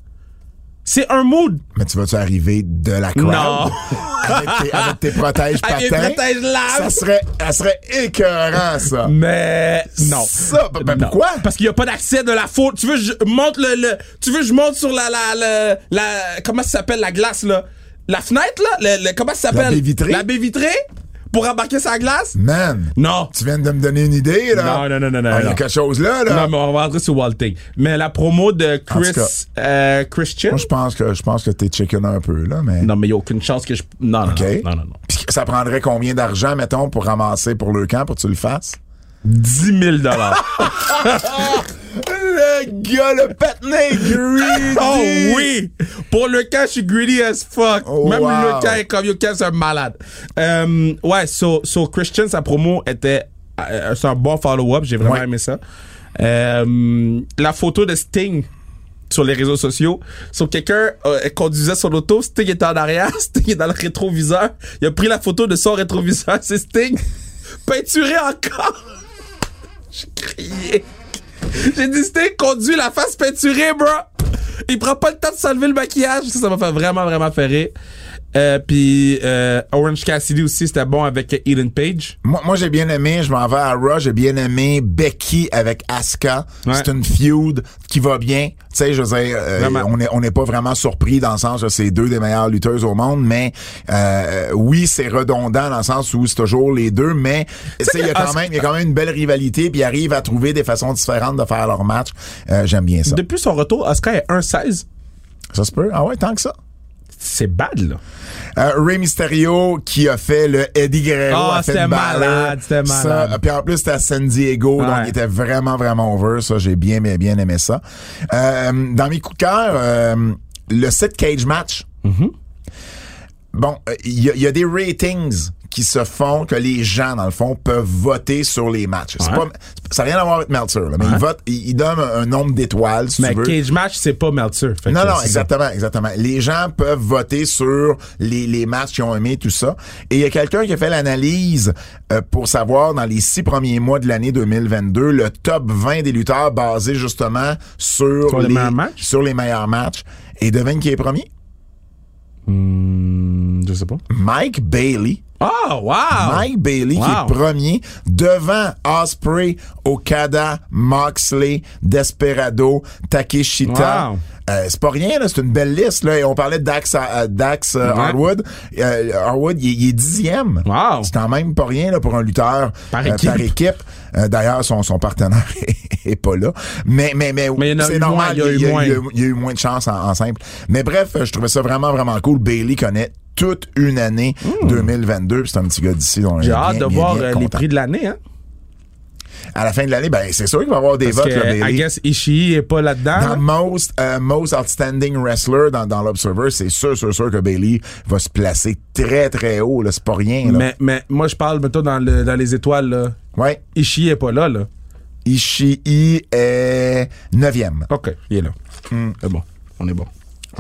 Speaker 3: C'est un mood.
Speaker 2: Mais tu vas-tu arriver de la crowd?
Speaker 3: Non.
Speaker 2: avec, tes, avec tes protèges patins.
Speaker 3: Avec mes protèges laves.
Speaker 2: Ça serait, ça serait écœurant, ça.
Speaker 3: Mais non.
Speaker 2: Ça, ben, ben,
Speaker 3: Non.
Speaker 2: pourquoi?
Speaker 3: Parce qu'il n'y a pas d'accès de la faute. Tu veux, je monte le, le- tu veux, je monte sur la, la, la, la- comment ça s'appelle la glace, là? La fenêtre, là? Le- le- comment ça s'appelle?
Speaker 2: baie vitrée?
Speaker 3: La baie vitrée? Pour embarquer sa glace?
Speaker 2: Man.
Speaker 3: Non.
Speaker 2: Tu viens de me donner une idée, là.
Speaker 3: Non, non, non, non, non,
Speaker 2: Ah, Il y a
Speaker 3: non.
Speaker 2: quelque chose là, là.
Speaker 3: Non, mais on va rentrer sur Walting. Mais la promo de
Speaker 2: En tout
Speaker 3: Chris, euh, Christian?
Speaker 2: Moi, je pense que, je pense que t'es chicken un peu, là, mais.
Speaker 3: non, mais il n'y a aucune chance que je, non, non,
Speaker 2: OK.
Speaker 3: non, non, non, non.
Speaker 2: Puis ça prendrait combien d'argent, mettons, pour ramasser pour le camp, pour que tu le fasses?
Speaker 3: 10 000 dollars.
Speaker 2: Le gars, le patiné greedy!
Speaker 3: Oh oui! Pour le cas, je suis greedy as fuck.
Speaker 2: Oh,
Speaker 3: Même
Speaker 2: wow.
Speaker 3: le cas est comme, yo, cas, c'est un malade. Euh, ouais, so, so Christian, sa promo était, euh, c'est un bon follow-up. J'ai vraiment
Speaker 2: Ouais.
Speaker 3: aimé ça. Euh, la photo de Sting sur les réseaux sociaux. Sur quelqu'un euh, conduisait son auto, Sting était en arrière, Sting est dans le rétroviseur. Il a pris la photo de son rétroviseur, c'est Sting. Peinturé encore. J'ai crié. J'ai dit, Sting conduit la face peinturée, bro. Il prend pas le temps de s'enlever le maquillage. Ça, ça m'a fait vraiment, vraiment ferrer. Euh, Puis euh, Orange Cassidy aussi, c'était bon avec Eden Page.
Speaker 2: Moi, moi, j'ai bien aimé, je m'en vais à Raw, j'ai bien aimé Becky avec Asuka.
Speaker 3: Ouais.
Speaker 2: C'est une feud qui va bien. Tu sais, je veux dire, euh,
Speaker 3: Vraiment.
Speaker 2: on n'est on est pas vraiment surpris dans le sens que c'est deux des meilleures lutteuses au monde, mais euh, oui, c'est redondant dans le sens où c'est toujours les deux, mais tu sais, il y a
Speaker 3: que
Speaker 2: quand
Speaker 3: Asuka-
Speaker 2: même il y a quand même une belle rivalité, puis ils arrivent à trouver des façons différentes de faire leur match. Euh, J'aime bien ça.
Speaker 3: Depuis son retour, Asuka est 1-16.
Speaker 2: Ça se peut? Ah ouais, tant que ça.
Speaker 3: C'est bad, là.
Speaker 2: Euh, Ray Mysterio qui a fait le Eddie Guerrero
Speaker 3: Ah,
Speaker 2: a fait
Speaker 3: c'était
Speaker 2: une balle.
Speaker 3: malade, c'était
Speaker 2: Ça,
Speaker 3: malade.
Speaker 2: euh, puis en plus c'était à San Diego, donc
Speaker 3: Ouais.
Speaker 2: il était vraiment vraiment over. Ça, j'ai bien bien bien aimé ça. Euh, dans mes coups de cœur, euh, le set cage match.
Speaker 3: Mhm.
Speaker 2: Bon, euh, il y, a- il y a des ratings qui se font que les gens dans le fond peuvent voter sur les matchs. C'est
Speaker 3: Ouais.
Speaker 2: pas- ça n'a rien à voir avec Meltzer, là, mais ils votent, ils, ils donnent un, un nombre d'étoiles. Si
Speaker 3: Mais
Speaker 2: tu veux.
Speaker 3: Cage Match, c'est pas Meltzer. Fait
Speaker 2: Non,
Speaker 3: que
Speaker 2: non,
Speaker 3: c'est ça.
Speaker 2: exactement, exactement. Les gens peuvent voter sur les, les matchs qu'ils ont aimés, tout ça. Et il y a quelqu'un qui a fait l'analyse euh, pour savoir dans les six premiers mois de l'année 2022 le top 20 des lutteurs basé justement sur,
Speaker 3: Sur les meilleurs matchs?
Speaker 2: sur les meilleurs matchs. Et devine qui est premier?
Speaker 3: Je sais pas.
Speaker 2: Mike Bailey.
Speaker 3: Oh, wow!
Speaker 2: Mike Bailey qui
Speaker 3: Wow.
Speaker 2: est premier devant Osprey, Okada, Moxley, Desperado, Takeshita.
Speaker 3: Wow.
Speaker 2: Euh, c'est pas rien, là, c'est une belle liste. Là. Et on parlait de Dax, euh, Dax euh,
Speaker 3: Ouais.
Speaker 2: Harwood. Euh, Harwood, il, il est dixième.
Speaker 3: Wow.
Speaker 2: C'est quand même pas rien là, pour un lutteur
Speaker 3: Par équipe.
Speaker 2: Euh, D'ailleurs, son, son partenaire est pas là. Mais, mais, mais,
Speaker 3: Mais il y en a
Speaker 2: c'est
Speaker 3: eu moins,
Speaker 2: normal,
Speaker 3: il y a eu moins.
Speaker 2: il y a eu moins de chance en, en simple. Mais bref, je trouvais ça vraiment, vraiment cool. Bailey connaît toute une année 2022. puis C'est un petit gars d'ici. donc
Speaker 3: Hmm. J'ai
Speaker 2: bien,
Speaker 3: hâte de
Speaker 2: bien,
Speaker 3: voir
Speaker 2: bien
Speaker 3: euh, les
Speaker 2: content.
Speaker 3: prix de l'année, hein.
Speaker 2: À la fin de l'année, ben, c'est sûr qu'il va y avoir des
Speaker 3: Parce
Speaker 2: votes. là,
Speaker 3: que, I
Speaker 2: Bailey.
Speaker 3: guess, hein? Ishii est pas là-dedans.
Speaker 2: Dans
Speaker 3: là.
Speaker 2: most, euh, most Outstanding Wrestler dans, dans l'Observer, c'est sûr, sûr, sûr que Bailey va se placer très, très haut. là. C'est pas rien. Là.
Speaker 3: Mais, mais moi, je parle plutôt dans, le, dans les étoiles, là.
Speaker 2: Ouais.
Speaker 3: Ishii est pas là, là.
Speaker 2: Ishii est neuvième.
Speaker 3: OK, il est là. C'est bon. On est bon.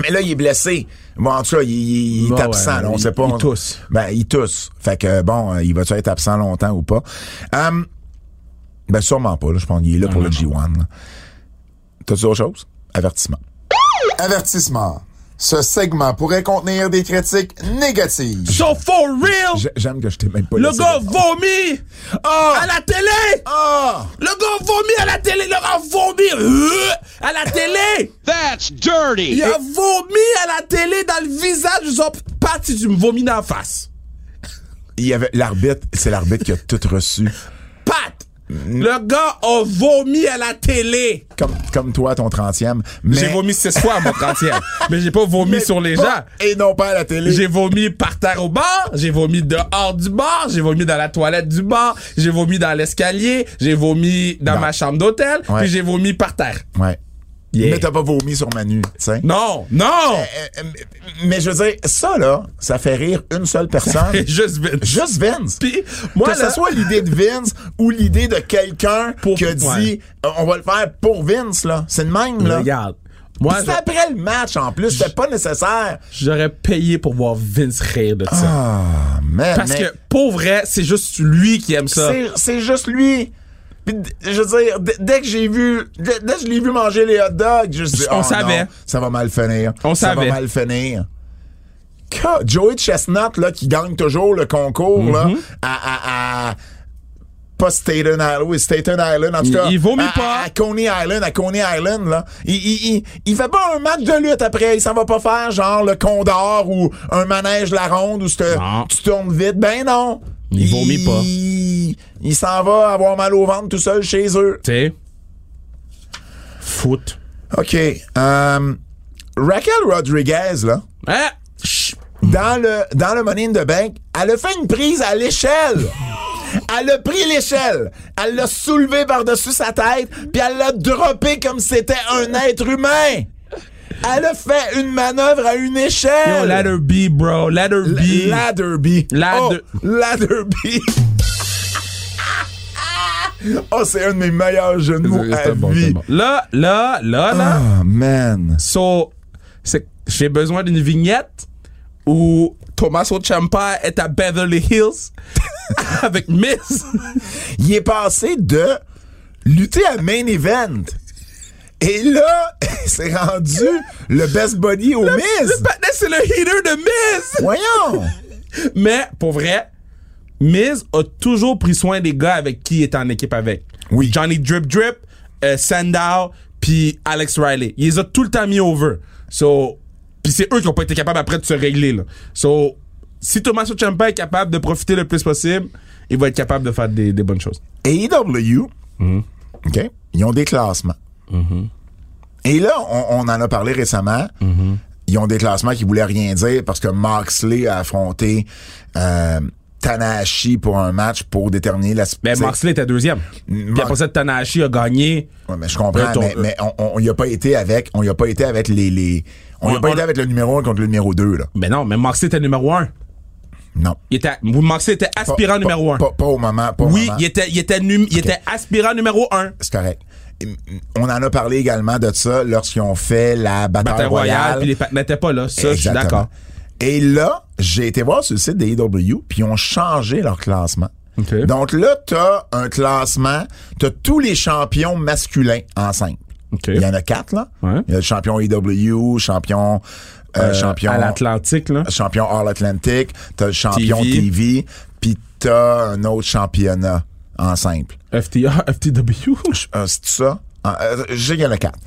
Speaker 2: Mais là, il est blessé. Bon, en tout cas, il, il- il est
Speaker 3: Bah Ouais,
Speaker 2: absent.
Speaker 3: ouais,
Speaker 2: là, on
Speaker 3: il-
Speaker 2: sait pas.
Speaker 3: il
Speaker 2: on-
Speaker 3: tousse.
Speaker 2: Ben, il tousse. Fait que, bon, euh, il va-tu être absent longtemps ou pas? Hum, ben, sûrement pas. Là, je pense qu'il est là pour le G1. là. T'as-tu autre chose? Avertissement. Avertissement. Ce segment pourrait contenir des critiques négatives.
Speaker 3: So for real!
Speaker 2: J'aime que je t'ai même pas
Speaker 3: Le
Speaker 2: laissé
Speaker 3: gars
Speaker 2: répondre.
Speaker 3: vomit
Speaker 2: Ah!
Speaker 3: à la télé!
Speaker 2: Ah!
Speaker 3: Le gars vomit à la télé! Le gars vomit euh, à la télé!
Speaker 5: That's dirty.
Speaker 3: Il a vomi à la télé dans le visage. Je dis, oh, Pat, si tu me vomis dans la face.
Speaker 2: Il y avait l'arbitre, c'est l'arbitre qui a tout reçu.
Speaker 3: Pat! Le gars a vomi à la télé.
Speaker 2: Comme, comme toi, ton 30e.
Speaker 3: J'ai
Speaker 2: mais-
Speaker 3: vomi ce soir, mon 30e. Mais j'ai pas vomi
Speaker 2: mais
Speaker 3: sur les
Speaker 2: pas-
Speaker 3: gens.
Speaker 2: Et non pas à la télé.
Speaker 3: J'ai vomi par terre au bar, j'ai vomi dehors du bar, j'ai vomi dans la toilette du bar, j'ai vomi dans l'escalier, j'ai vomi dans
Speaker 2: Dans-
Speaker 3: ma chambre d'hôtel,
Speaker 2: Ouais.
Speaker 3: puis j'ai vomi par terre.
Speaker 2: Ouais.
Speaker 3: Yeah.
Speaker 2: Mais t'as pas vomi sur Manu, tu sais.
Speaker 3: Non, non!
Speaker 2: Euh, euh, mais je veux dire, ça, là, ça fait rire une seule personne.
Speaker 3: Et juste vite.
Speaker 2: Juste Vince.
Speaker 3: Eh, Puis, moi,
Speaker 2: que
Speaker 3: là-
Speaker 2: ce soit l'idée de Vince ou l'idée de quelqu'un
Speaker 3: Pour-
Speaker 2: qui a dit
Speaker 3: ouais.
Speaker 2: euh, on va le faire pour Vince, là. C'est le même, là.
Speaker 3: Regarde.
Speaker 2: Puis
Speaker 3: Moi,
Speaker 2: c'est après le match, en plus. C'était pas nécessaire.
Speaker 3: j'aurais payé pour voir Vince rire de ça.
Speaker 2: Ah, man.
Speaker 3: Parce
Speaker 2: mais
Speaker 3: que, pour vrai, c'est juste lui qui aime ça.
Speaker 2: c'est- C'est juste lui. Puis, d- je veux dire, d- dès que j'ai vu, dès, dès que je l'ai vu manger les hot dogs, je me suis dit,
Speaker 3: On
Speaker 2: oh
Speaker 3: savait.
Speaker 2: non, ça va mal finir.
Speaker 3: On
Speaker 2: ça
Speaker 3: savait.
Speaker 2: va mal finir. Que- Joey Chestnut, là, qui gagne toujours le concours, là,
Speaker 3: Mhm.
Speaker 2: à, à- à- pas Staten Island, oui, Staten Island, en tout
Speaker 3: Il-
Speaker 2: cas.
Speaker 3: il vomit
Speaker 2: à-
Speaker 3: pas.
Speaker 2: À, à Coney Island, à Coney Island, là. Il, il, il, il fait pas un match de lutte après, il s'en va pas faire, genre, le Condor ou un manège la ronde ou c'te-
Speaker 3: Non.
Speaker 2: tu tournes vite. Ben non.
Speaker 3: Il vomit pas.
Speaker 2: Il, il s'en va avoir mal au ventre tout seul chez eux.
Speaker 3: Tu sais? Foot.
Speaker 2: OK. euh, Raquel Rodriguez, là,
Speaker 3: Hein? Chut.
Speaker 2: dans le, dans le Money in the Bank, elle a fait une prise à l'échelle. Elle a pris l'échelle, elle l'a soulevée par-dessus sa tête, puis elle l'a droppée comme si c'était un être humain. Elle a fait une manœuvre à une échelle.
Speaker 3: Yo, letter B, bro. Letter B.
Speaker 2: Ladder B.
Speaker 3: Ladder-
Speaker 2: Oh, Ladder B. oh, c'est un de mes meilleurs jeux de mots à
Speaker 3: C'était bon,
Speaker 2: vie.
Speaker 3: c'était bon. Là, là, là, là.
Speaker 2: Ah, man.
Speaker 3: So, c'est- j'ai besoin d'une vignette où Tommaso Ciampa est à Beverly Hills avec Miss.
Speaker 2: Il est passé de lutter à main event. Et là, c'est rendu le best body au Miz.
Speaker 3: Le partner, Ben, c'est le heater de Miz.
Speaker 2: Voyons.
Speaker 3: Mais pour vrai, Miz a toujours pris soin des gars avec qui il est en équipe avec.
Speaker 2: Oui.
Speaker 3: Johnny Drip Drip, euh, Sandow, puis Alex Riley. Il les a tout le temps mis over. So, puis c'est eux qui ont pas été capables après de se régler. Là. So, si Tommaso Ciampa est capable de profiter le plus possible, il va être capable de faire des, des bonnes choses.
Speaker 2: E AEW,
Speaker 3: Mhm. Mhm.
Speaker 2: OK, ils ont des classements. Et là, on, on en a parlé récemment. ils ont des classements qui voulaient rien dire parce que Moxley a affronté euh, Tanahashi pour un match pour déterminer la
Speaker 3: Ben,
Speaker 2: tu sais,
Speaker 3: Marcelin était deuxième. Puis après ça, Tanahashi a gagné.
Speaker 2: Ouais, mais je comprends,
Speaker 3: Là, ton-
Speaker 2: mais, mais on- on n'y a pas été avec, on y a pas été avec les, les on y a
Speaker 3: On-
Speaker 2: pas
Speaker 3: on-
Speaker 2: été avec le numéro 1 contre le numéro 2, là.
Speaker 3: Ben non, mais Marcelin était numéro un.
Speaker 2: Non.
Speaker 3: Il était, Moxley était
Speaker 2: Pas-
Speaker 3: aspirant
Speaker 2: pas-
Speaker 3: numéro un.
Speaker 2: Pas, pas au moment, pas au
Speaker 3: Oui,
Speaker 2: moment.
Speaker 3: il était, il était, num- il était aspirant numéro un.
Speaker 2: C'est correct. On en a parlé également de ça lorsqu'ils ont fait la bataille,
Speaker 3: Bataille royale, puis les Pat n'étaient pas là. Ça, je suis
Speaker 2: Exactement.
Speaker 3: d'accord.
Speaker 2: Et là, j'ai été voir sur le site des EW, puis ils ont changé leur classement.
Speaker 3: OK.
Speaker 2: Donc là, t'as un classement, t'as tous les champions masculins en simple.
Speaker 3: OK.
Speaker 2: Il y en a quatre, là.
Speaker 3: Ouais.
Speaker 2: Il y a le champion EW, champion... euh, champion
Speaker 3: À l'Atlantique, là.
Speaker 2: champion All Atlantic, t'as le champion
Speaker 3: TV.
Speaker 2: TV, puis t'as un autre championnat en simple.
Speaker 3: FTA, FTW.
Speaker 2: Euh, c'est ça? Ah, euh, J'ai qu'il y en a quatre.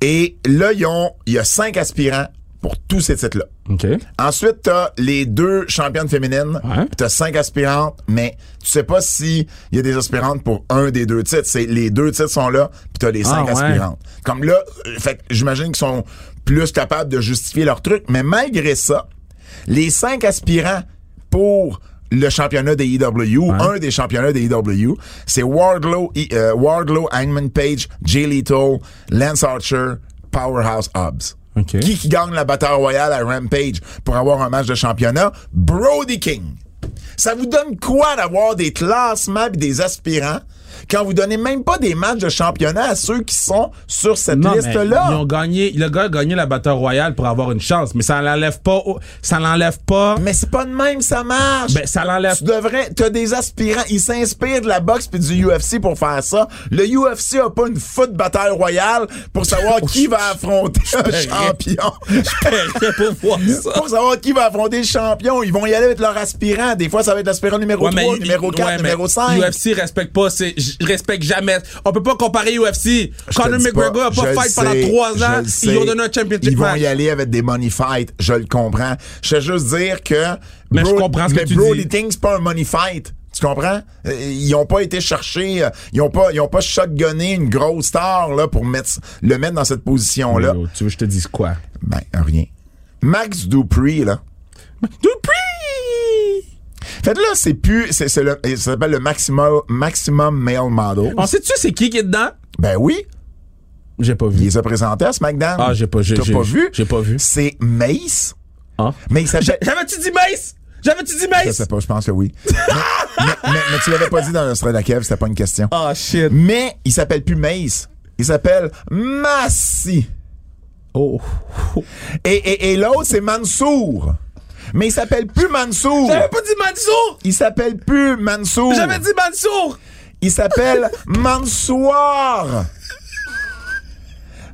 Speaker 2: Et là, ils ont- il y a cinq aspirants pour tous ces titres-là.
Speaker 3: OK.
Speaker 2: Ensuite, t'as les deux championnes féminines.
Speaker 3: Ouais.
Speaker 2: Puis T'as cinq aspirantes, mais tu sais pas si il y a des aspirantes pour un des deux titres. C'est les deux titres sont là, puis t'as les
Speaker 3: Ah,
Speaker 2: cinq
Speaker 3: ouais.
Speaker 2: aspirantes. Comme là, euh, fait que j'imagine qu'ils sont plus capables de justifier leur truc, mais malgré ça, les cinq aspirants pour le championnat des EW, un des championnats des EW, c'est Wardlow, I- euh, Wardlow, Hangman Page, Jay Lethal, Lance Archer, Powerhouse Hobbs.
Speaker 3: OK.
Speaker 2: Qui qui gagne la bataille royale à Rampage pour avoir un match de championnat? Brody King. Ça vous donne quoi d'avoir des classements et des aspirants quand vous donnez même pas des matchs de championnat à ceux qui sont sur cette
Speaker 3: Non, mais ils
Speaker 2: liste-là?
Speaker 3: ont gagné, le gars a gagné la bataille royale pour avoir une chance, mais ça l'enlève pas, au- ça l'enlève pas.
Speaker 2: Mais c'est pas de même, ça marche.
Speaker 3: Ben, ça l'enlève.
Speaker 2: tu devrais, t'as des aspirants, ils s'inspirent de la boxe puis du UFC pour faire ça. Le UFC a pas une foot bataille royale pour
Speaker 3: Oh,
Speaker 2: savoir qui va affronter un champion.
Speaker 3: pour voir ça.
Speaker 2: pour savoir qui va affronter le champion. Ils vont y aller avec leur aspirant. Des fois, ça va être l'aspirant numéro 3, numéro 4,
Speaker 3: ouais, mais
Speaker 2: numéro 5.
Speaker 3: UFC respecte pas, c'est, j- respecte jamais. On peut pas comparer UFC.
Speaker 2: Je te
Speaker 3: Conor
Speaker 2: dis
Speaker 3: McGregor a
Speaker 2: je
Speaker 3: pas
Speaker 2: le
Speaker 3: fight pendant
Speaker 2: sais,
Speaker 3: trois
Speaker 2: je
Speaker 3: ans.
Speaker 2: le
Speaker 3: Ils
Speaker 2: sais.
Speaker 3: ont donné un championship
Speaker 2: Ils vont
Speaker 3: match.
Speaker 2: y aller avec des money fights. Je le comprends. Je sais juste dire que.
Speaker 3: Mais je comprends ce que
Speaker 2: mais
Speaker 3: tu
Speaker 2: Brody
Speaker 3: dis.
Speaker 2: King, c'est pas un money fight. Tu comprends? Euh, Ils ont pas été chercher, euh, ils ont pas, ils ont pas shotgunné une grosse star là pour mettre le mettre dans cette position là.
Speaker 3: Yo, Tu veux que je te dise quoi?
Speaker 2: Ben rien. Max Dupree là.
Speaker 3: Dupree!
Speaker 2: Fait que là c'est plus, c'est c'est le, ça s'appelle le maximum maximum male model.
Speaker 3: On sait-tu c'est qui qui est dedans?
Speaker 2: Ben oui.
Speaker 3: J'ai pas
Speaker 2: Il
Speaker 3: vu.
Speaker 2: les a présentés à SmackDown.
Speaker 3: Ah, j'ai pas- j'ai-
Speaker 2: T'as
Speaker 3: j'ai-
Speaker 2: pas vu?
Speaker 3: j'ai pas vu.
Speaker 2: C'est Mace.
Speaker 3: Hein?
Speaker 2: Mais il s'appelle.
Speaker 3: J'avais-tu dit Mace? J'avais-tu dit
Speaker 2: Je
Speaker 3: Mace?
Speaker 2: sais pas, je pense que oui. mais, mais- mais- mais tu l'avais pas dit dans le Strade à Kev, c'était pas une question.
Speaker 3: Ah, shit.
Speaker 2: Mais il s'appelle plus Mace. Il s'appelle Massi.
Speaker 3: Oh.
Speaker 2: Et, et, et l'autre, c'est Mansour. Mais il s'appelle plus Mansour.
Speaker 3: J'avais pas dit Mansour!
Speaker 2: Il s'appelle plus Mansour.
Speaker 3: J'avais dit Mansour!
Speaker 2: Il s'appelle Mansoir.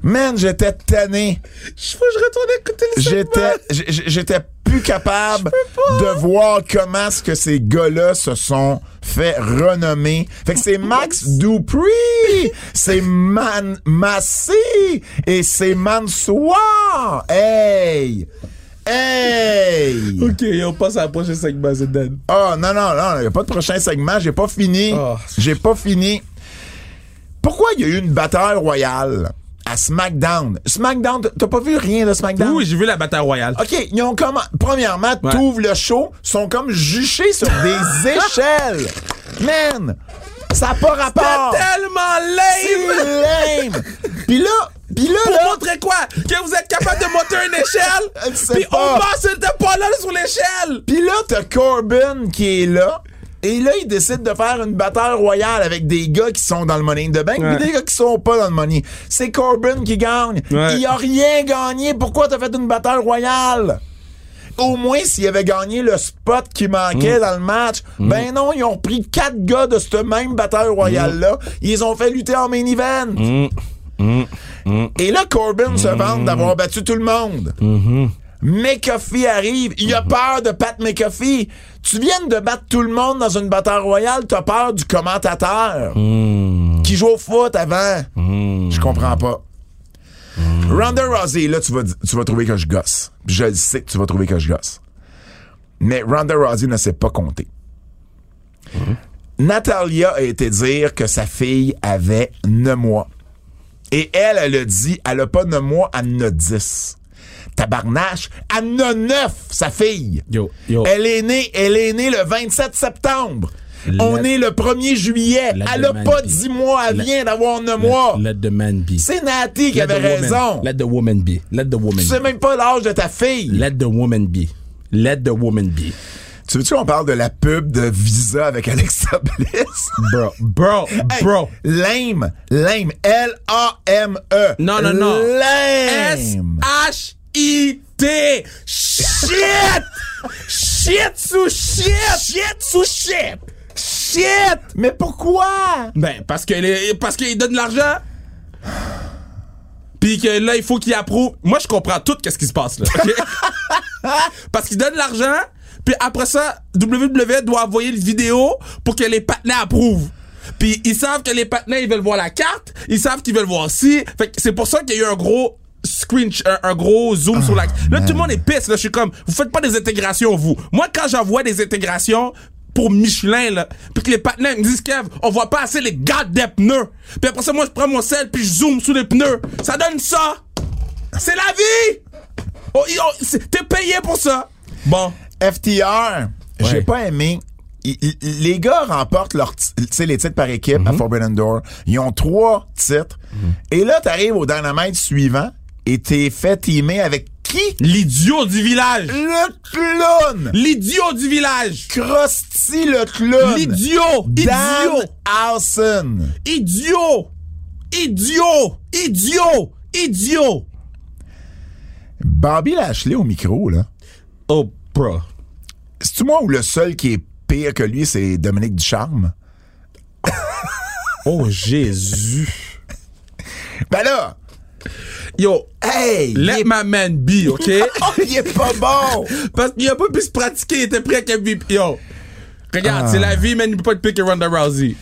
Speaker 2: Man, j'étais tanné.
Speaker 3: Je faut que je retourne écouter le
Speaker 2: j'étais
Speaker 3: segment.
Speaker 2: j- j- j'étais plus capable de voir comment ce que ces gars-là se sont fait renommer. Fait que c'est Max Dupree, c'est Man Massé et c'est Mansoir. Hey! Hey!
Speaker 3: Ok, on passe à la prochaine segment, c'est dead.
Speaker 2: Ah, non, non, non, il n'y a pas de prochain segment. J'ai pas fini.
Speaker 3: Ah.
Speaker 2: J'ai pas fini. Pourquoi il y a eu une bataille royale à SmackDown? SmackDown, t- t'as pas vu rien de SmackDown?
Speaker 3: Oui, j'ai vu la bataille royale.
Speaker 2: OK, ils ont comme. Premièrement,
Speaker 3: Ouais.
Speaker 2: t'ouvres le show, sont comme juchés sur des échelles. Man! Ça n'a pas
Speaker 3: Ah!
Speaker 2: rapport!
Speaker 3: Tellement
Speaker 2: C'est
Speaker 3: lame!
Speaker 2: lame! Puis là, puis là,
Speaker 3: Pour
Speaker 2: là,
Speaker 3: montrer quoi? Que vous êtes capable de monter une
Speaker 2: Je sais
Speaker 3: échelle? Puis
Speaker 2: pas.
Speaker 3: on passe une pas là sur l'échelle!
Speaker 2: Puis là, t'as Corbin qui est là. Et là, il décide de faire une bataille royale avec des gars qui sont dans le Money in the Bank
Speaker 3: Ouais.
Speaker 2: pis des gars qui sont pas dans le Money. C'est Corbin qui gagne.
Speaker 3: Ouais.
Speaker 2: Il a rien gagné. Pourquoi t'as fait une bataille royale? Au moins, s'il avait gagné le spot qui manquait dans le match, ben non, ils ont pris quatre gars de cette même bataille royale-là. Ils les ont fait lutter en main event. Et là, Corbin se vante d'avoir battu tout le monde. McAfee arrive, il a peur de Pat McAfee. Tu viens de battre tout le monde dans une bataille royale, t'as peur du commentateur qui joue au foot avant.
Speaker 3: Hmm.
Speaker 2: Je comprends pas. Ronda Rousey, là, tu vas, di- tu vas trouver que je gosse. Je le sais que tu vas trouver que je gosse. Mais Ronda Rousey ne s'est pas comptée.
Speaker 3: Hmm.
Speaker 2: Natalia a été dire que sa fille avait 9 mois. Et elle, elle a dit, elle a pas 9 mois, elle en a 10. tabarnache, elle en a neuf, sa fille.
Speaker 3: Yo, yo.
Speaker 2: Elle est née, elle est née le 27 septembre.
Speaker 3: La-
Speaker 2: On est le 1er juillet.
Speaker 3: La
Speaker 2: Elle a
Speaker 3: demande
Speaker 2: pas
Speaker 3: qui-
Speaker 2: 10 mois, elle
Speaker 3: La-
Speaker 2: vient d'avoir 9 mois.
Speaker 3: Let the man be.
Speaker 2: C'est Nati qui
Speaker 3: Let
Speaker 2: avait
Speaker 3: the woman-
Speaker 2: raison.
Speaker 3: Let the woman be. Let the woman
Speaker 2: Tu sais
Speaker 3: be.
Speaker 2: même pas l'âge de ta fille.
Speaker 3: Let the woman be. Let the woman be.
Speaker 2: Tu veux-tu qu'on parle de la pub de Visa avec Alexa Bliss?
Speaker 3: Bro, bro,
Speaker 2: Hey,
Speaker 3: bro.
Speaker 2: Lame, lame, L-A-M-E.
Speaker 3: Non, non, non.
Speaker 2: E. Lame.
Speaker 3: S-H-I-T. Shit! shit sous shit! Shit sous shit! Shit!
Speaker 2: Mais pourquoi?
Speaker 3: Ben, parce que les- parce qu'il donne de l'argent. Puis que là, il faut qu'il approuve. Moi, je comprends tout qu'est-ce qui se passe, là. ok? parce qu'il donne de l'argent, puis après ça, WWE doit envoyer une vidéo pour que les partenaires approuvent. Puis ils savent que les partenaires, ils veulent voir la carte, ils savent qu'ils veulent voir si. Fait que c'est pour ça qu'il y a eu un gros screen, un, un gros zoom sur la... Là, tout le monde est pisse, là. Je suis comme, vous faites pas des intégrations, vous. Moi, quand j'envoie des intégrations pour Michelin, là, puis que les partenaires me disent, Kev, on voit pas assez les goddamn pneus. Puis après ça, moi, je prends mon sel, puis je zoome sur les pneus. Ça donne ça! C'est la vie! Oh, y- oh, c'est- T'es payé pour ça! Bon.
Speaker 2: FTR, j'ai
Speaker 3: Ouais.
Speaker 2: pas aimé. I- i- les gars remportent leur, ti- tu sais, les titres par équipe à Forbidden Door. Ils ont trois titres. Et là, t'arrives au Dynamite suivant et t'es fait teamer avec qui?
Speaker 3: L'idiot du village!
Speaker 2: Le clown!
Speaker 3: L'idiot du village!
Speaker 2: Krusty le clown!
Speaker 3: L'idiot!
Speaker 2: Dan
Speaker 3: Idiot!
Speaker 2: Housen!
Speaker 3: Idiot! Idiot! Idiot! Idiot!
Speaker 2: Bobby Lashley au micro, là.
Speaker 3: Oh, bro.
Speaker 2: C'est-tu moi ou le seul qui est pire que lui, c'est Dominique Ducharme?
Speaker 3: Oh, Jésus.
Speaker 2: Ben là!
Speaker 3: Yo,
Speaker 2: Hey! il,
Speaker 3: let
Speaker 2: est...
Speaker 3: my man be, OK?
Speaker 2: Oh, il est pas bon!
Speaker 3: Parce qu'il a pas pu se pratiquer, il était prêt à MVP. Yo. Regarde, c'est la vie, man, il peut pas te piquer Ronda Rousey.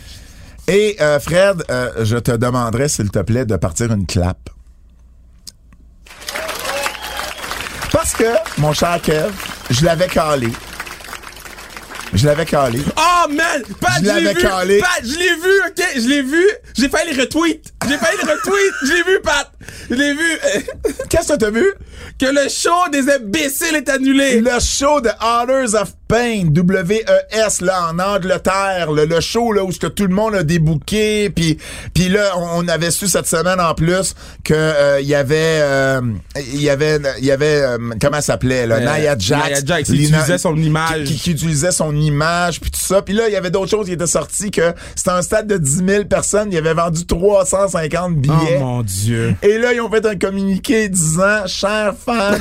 Speaker 2: Et euh, Fred, euh, je te demanderais, s'il te plaît, de partir une clap. Parce que, mon cher Kev, je l'avais calé. Je l'avais calé.
Speaker 3: Oh man! Pat,
Speaker 2: Je
Speaker 3: je
Speaker 2: l'avais
Speaker 3: l'ai vu!
Speaker 2: calé.
Speaker 3: Pat, je l'ai vu, ok? Je l'ai vu! J'ai failli le retweet! J'ai failli le retweet! Je l'ai vu, Pat! Je l'ai vu!
Speaker 2: Qu'est-ce que t'as vu?
Speaker 3: que le show des imbéciles est annulé!
Speaker 2: Le show de Honors of Pain, WES, là, en Angleterre, le, le show, là, où ce que tout le monde a débouqué, puis puis là, on, on avait su cette semaine, en plus, que euh, il y avait, euh, il y avait, il y avait, euh, comment ça s'appelait, là,
Speaker 3: Euh,
Speaker 2: Nia Jax.
Speaker 3: Nia Jax, il
Speaker 2: Lina-
Speaker 3: utilisait son image.
Speaker 2: Qui, qui utilisait son image, puis tout ça. Puis là, il y avait d'autres choses qui étaient sorties, que c'était un stade de 10 000 personnes, il avait vendu 350 billets.
Speaker 3: Oh mon dieu!
Speaker 2: Et là, ils ont fait un communiqué disant, chers fans,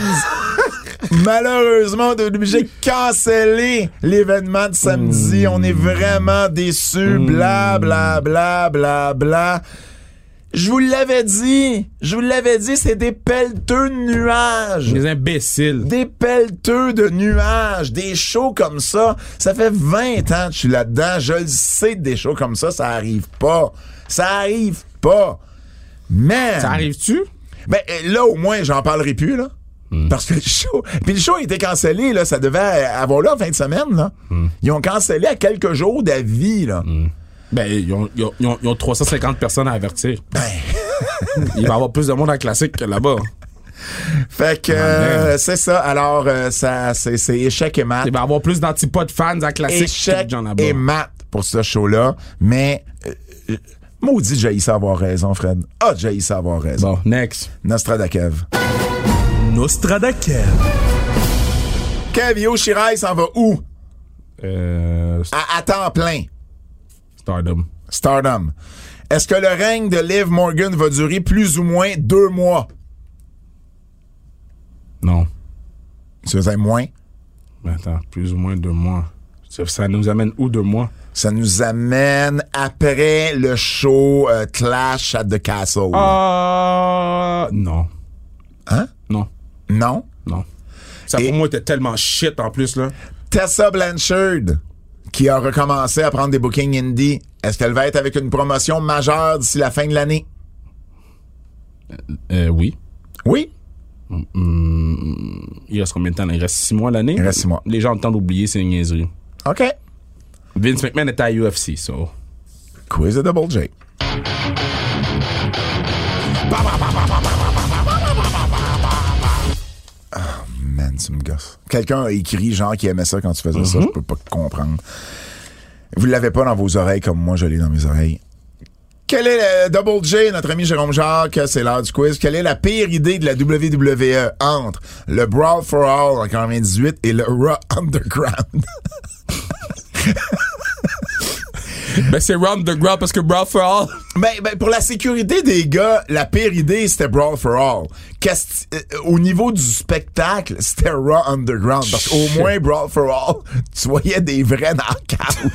Speaker 2: malheureusement, on est obligé de canceller l'événement de samedi. On est vraiment déçus. Bla, bla, bla, bla, bla. Je vous l'avais dit. Je vous l'avais dit, c'est des pelleteux de nuages
Speaker 3: Les imbéciles!
Speaker 2: des pelleteux de nuages, des shows comme ça. Ça fait 20 ans que je suis là-dedans. Je le sais, des shows comme ça, ça arrive pas. Ça arrive pas. Mais...
Speaker 3: Ça arrive-tu?
Speaker 2: Ben, euh, là, au moins, j'en parlerai plus, là. Parce que le show... Puis le show a été cancellé, là. Ça devait avoir là en fin de semaine, là. Ils ont cancellé à quelques jours d'avis, là.
Speaker 3: Ben, ils ont, ils ont- ils ont- ils ont 350 personnes à avertir.
Speaker 2: Ben.
Speaker 3: il va y avoir plus de monde en classique que là-bas.
Speaker 2: Fait que euh, c'est ça. Alors, euh, ça, c'est c'est échec et mat.
Speaker 3: Il va y avoir plus d'antipodes fans en classique que de
Speaker 2: échec
Speaker 3: gens là-bas.
Speaker 2: et mat pour ce show-là. Mais euh, euh, maudit Jaïs avoir raison, Fred. Ah, Jaïs avoir raison.
Speaker 3: Bon, next.
Speaker 2: Nostradakev.
Speaker 3: Nostradakev.
Speaker 2: Kev Yo Shirai s'en va où?
Speaker 3: Euh,
Speaker 2: À, à temps plein.
Speaker 3: Stardom.
Speaker 2: Stardom. Est-ce que le règne de Liv Morgan va durer plus ou moins deux mois?
Speaker 3: Non.
Speaker 2: Tu veux dire moins?
Speaker 3: Mais attends, plus ou moins deux mois. Ça, ça nous amène où deux mois?
Speaker 2: Ça nous amène après le show euh, Clash at the Castle.
Speaker 3: Ah, non.
Speaker 2: Hein?
Speaker 3: Non,
Speaker 2: Non?
Speaker 3: non. Ça
Speaker 2: Et-
Speaker 3: pour moi était tellement shit en plus, là.
Speaker 2: Tessa Blanchard, qui a recommencé à prendre des bookings indie, est-ce qu'elle va être avec une promotion majeure d'ici la fin de l'année?
Speaker 3: Euh, oui.
Speaker 2: Oui.
Speaker 3: Il reste combien de temps? là? Il reste six mois l'année?
Speaker 2: Il reste six mois.
Speaker 3: Les gens ont le temps d'oublier ces niaiseries.
Speaker 2: OK.
Speaker 3: Vince McMahon était à UFC, so.
Speaker 2: Quiz de Double J. Ah, man, tu me gosses. Quelqu'un a écrit, genre, qui aimait ça quand tu faisais ça, je peux pas comprendre. Vous l'avez pas dans vos oreilles comme moi je l'ai dans mes oreilles. Quel est le Double J, notre ami Jérôme Jacques, c'est l'heure du quiz. Quelle est la pire idée de la WWE entre le Brawl for All en 98 et le Raw Underground?
Speaker 3: Ben, c'est Round the Ground parce que Brawl for All.
Speaker 2: Ben, ben, pour la sécurité des gars, la pire idée, c'était Brawl for All. Qu'est-ce- euh, au niveau du spectacle, c'était Raw Underground. Parce qu'au moins, Brawl for All, tu voyais des vrais knockouts.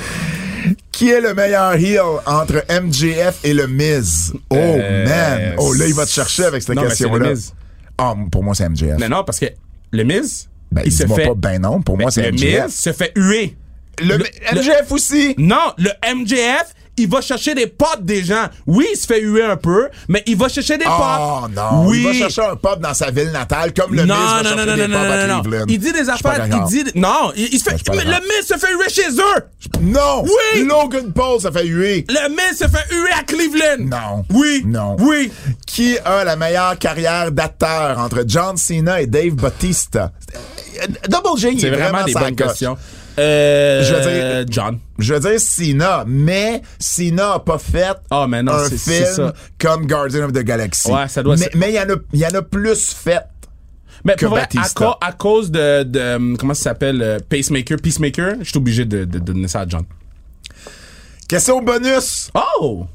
Speaker 2: Qui est le meilleur heel entre MJF et le Miz? Oh,
Speaker 3: Euh,
Speaker 2: man! Oh, là, il va te chercher avec cette
Speaker 3: non, mais c'est le
Speaker 2: question-là.
Speaker 3: Miz.
Speaker 2: Ah, pour moi, c'est MJF.
Speaker 3: Mais non, parce que le Miz,
Speaker 2: Ben,
Speaker 3: il se
Speaker 2: dis-moi
Speaker 3: fait.
Speaker 2: pas, ben non, pour
Speaker 3: Ben,
Speaker 2: moi, c'est
Speaker 3: le
Speaker 2: MJF.
Speaker 3: Miz se fait huer.
Speaker 2: Le,
Speaker 3: le-
Speaker 2: MJF aussi!
Speaker 3: Non, le MJF, il va chercher des potes des gens. Oui, il se fait huer un peu, mais il va chercher des
Speaker 2: Oh
Speaker 3: potes.
Speaker 2: non,
Speaker 3: oui.
Speaker 2: il va chercher un pub dans sa ville natale, comme le
Speaker 3: non,
Speaker 2: Miz va
Speaker 3: non,
Speaker 2: chercher
Speaker 3: non, non,
Speaker 2: des
Speaker 3: non,
Speaker 2: pubs à
Speaker 3: non, non, non.
Speaker 2: Cleveland.
Speaker 3: Il dit des
Speaker 2: Je suis pas
Speaker 3: affaires, il
Speaker 2: d'accord.
Speaker 3: dit... Non, il, il se fait...
Speaker 2: Je suis pas
Speaker 3: mais
Speaker 2: d'accord.
Speaker 3: le Miz se fait huer chez eux!
Speaker 2: Non!
Speaker 3: Oui!
Speaker 2: Logan Paul, ça fait huer.
Speaker 3: Le Miz se fait huer à Cleveland!
Speaker 2: Non.
Speaker 3: Oui!
Speaker 2: Non.
Speaker 3: Oui!
Speaker 2: Qui a la meilleure carrière d'acteur entre John Cena et Dave Bautista? Euh, Double J, il
Speaker 3: C'est
Speaker 2: est
Speaker 3: vraiment des
Speaker 2: sa
Speaker 3: bonnes
Speaker 2: coche.
Speaker 3: questions. Euh,
Speaker 2: Je veux dire-
Speaker 3: John.
Speaker 2: Je veux dire Cena, mais Cena a pas fait
Speaker 3: Ah, mais non,
Speaker 2: un
Speaker 3: c'est-
Speaker 2: film
Speaker 3: c'est ça.
Speaker 2: comme Guardian of the Galaxy.
Speaker 3: Ouais, ça doit
Speaker 2: mais,
Speaker 3: être-
Speaker 2: mais il y en a, il y en a plus fait.
Speaker 3: Mais
Speaker 2: que
Speaker 3: pour vrai, à,
Speaker 2: Batista.
Speaker 3: co- à cause de, de, hum, Comment ça s'appelle? euh, pacemaker, Peacemaker, je suis obligé de, de- de donner ça à John.
Speaker 2: Question bonus.
Speaker 3: Oh!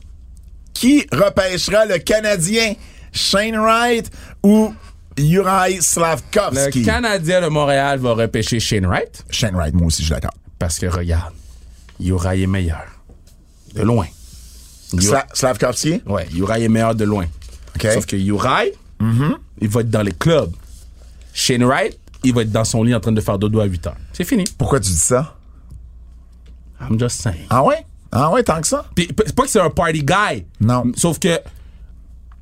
Speaker 2: qui repêchera le Canadien Shane Wright ou Uri
Speaker 3: Le
Speaker 2: Slavkovski?
Speaker 3: Canadien de Montréal va repêcher Shane Wright
Speaker 2: Shane Wright, moi aussi, je suis d'accord.
Speaker 3: parce que, regarde, Yuraï est meilleur. De loin. Yo-
Speaker 2: Sla- Slavkovski?
Speaker 3: Ouais, Yuraï est meilleur de loin.
Speaker 2: OK.
Speaker 3: Sauf que Yuraï, il va être dans les clubs. Shane Wright, il va être dans son lit en train de faire dodo à 8 heures. C'est fini.
Speaker 2: Pourquoi tu dis ça?
Speaker 3: I'm just saying.
Speaker 2: Ah ouais? Ah ouais, tant que ça?
Speaker 3: Puis, p- c'est pas que c'est un party guy.
Speaker 2: Non.
Speaker 3: Sauf que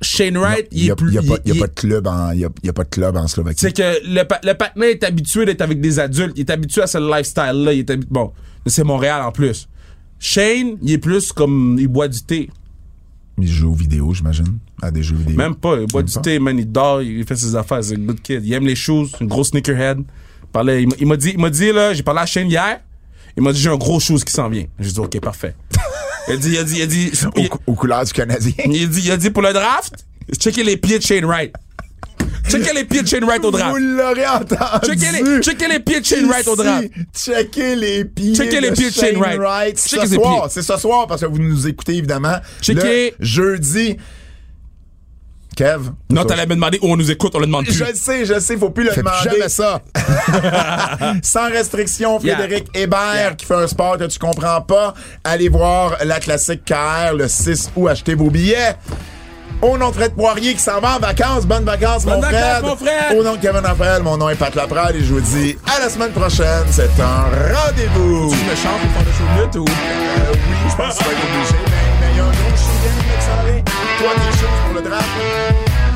Speaker 3: Shane Wright,
Speaker 2: Il
Speaker 3: il
Speaker 2: n'y a,
Speaker 3: est plus.
Speaker 2: il y a pas- il y a
Speaker 3: il-
Speaker 2: pas de club en, il y a- il y a pas de club en Slovaquie.
Speaker 3: C'est que le, pa- le patinet est habitué d'être avec des adultes. Il est habitué à ce lifestyle-là. Il est habi- Bon, c'est Montréal en plus. Shane, il est plus comme. Il boit du thé.
Speaker 2: Il joue aux vidéos, j'imagine. À des jeux vidéo.
Speaker 3: Même pas. Il boit
Speaker 2: Même
Speaker 3: du
Speaker 2: pas.
Speaker 3: thé, man. Il dort, il fait ses affaires. C'est un good kid. Il aime les shoes. Un gros sneakerhead. Il parlait- il m'a- il m'a dit, il m'a dit, là, j'ai parlé à Shane hier. Il m'a dit, j'ai un gros shoes qui s'en vient. J'ai dit, OK, parfait. il a dit, il a dit, il a dit.
Speaker 2: Aux,
Speaker 3: il-
Speaker 2: cou- aux couleurs du Canadien.
Speaker 3: Il a dit, il a dit pour le draft, checker les pieds de Shane Wright. Checker les pieds de Shane Wright au
Speaker 2: Vous
Speaker 3: draft.
Speaker 2: l'aurez entendu.
Speaker 3: Checker les, checker les pieds de Shane Wright au draft.
Speaker 2: Ici, Checkez les pieds.
Speaker 3: Checkez les
Speaker 2: de
Speaker 3: pieds de Shane Wright.
Speaker 2: C'est
Speaker 3: Checkez
Speaker 2: ce
Speaker 3: ses
Speaker 2: soir.
Speaker 3: pieds.
Speaker 2: C'est ce soir parce que vous nous écoutez évidemment.
Speaker 3: Checkez.
Speaker 2: Le jeudi. Kev.
Speaker 3: Non, t'allais me demander où on nous écoute, on le demande plus.
Speaker 2: Je le sais, je le sais, faut plus le demander.
Speaker 5: jamais
Speaker 2: ça. Sans restriction,
Speaker 3: Yeah.
Speaker 2: Frédéric Hébert qui fait un sport que tu comprends pas. Allez voir la classique KR le 6 août, achetez vos billets. Au nom de Fred Poirier qui s'en va en vacances. Bonnes vacances,
Speaker 3: Bonnes
Speaker 2: mon,
Speaker 3: vacances,
Speaker 2: Fred.
Speaker 3: mon Fred.
Speaker 2: Au nom de Kevin Laprelle, mon nom est Pat Laprelle et je vous dis à la semaine prochaine. C'est un rendez-vous.
Speaker 3: Tu me chantes pour faire des choses minutes ou?
Speaker 2: Euh, oui, je pense que je vais être obligé, mais mais il y a un gros shooting, mec, ça va. Toi, des choses pour le draft.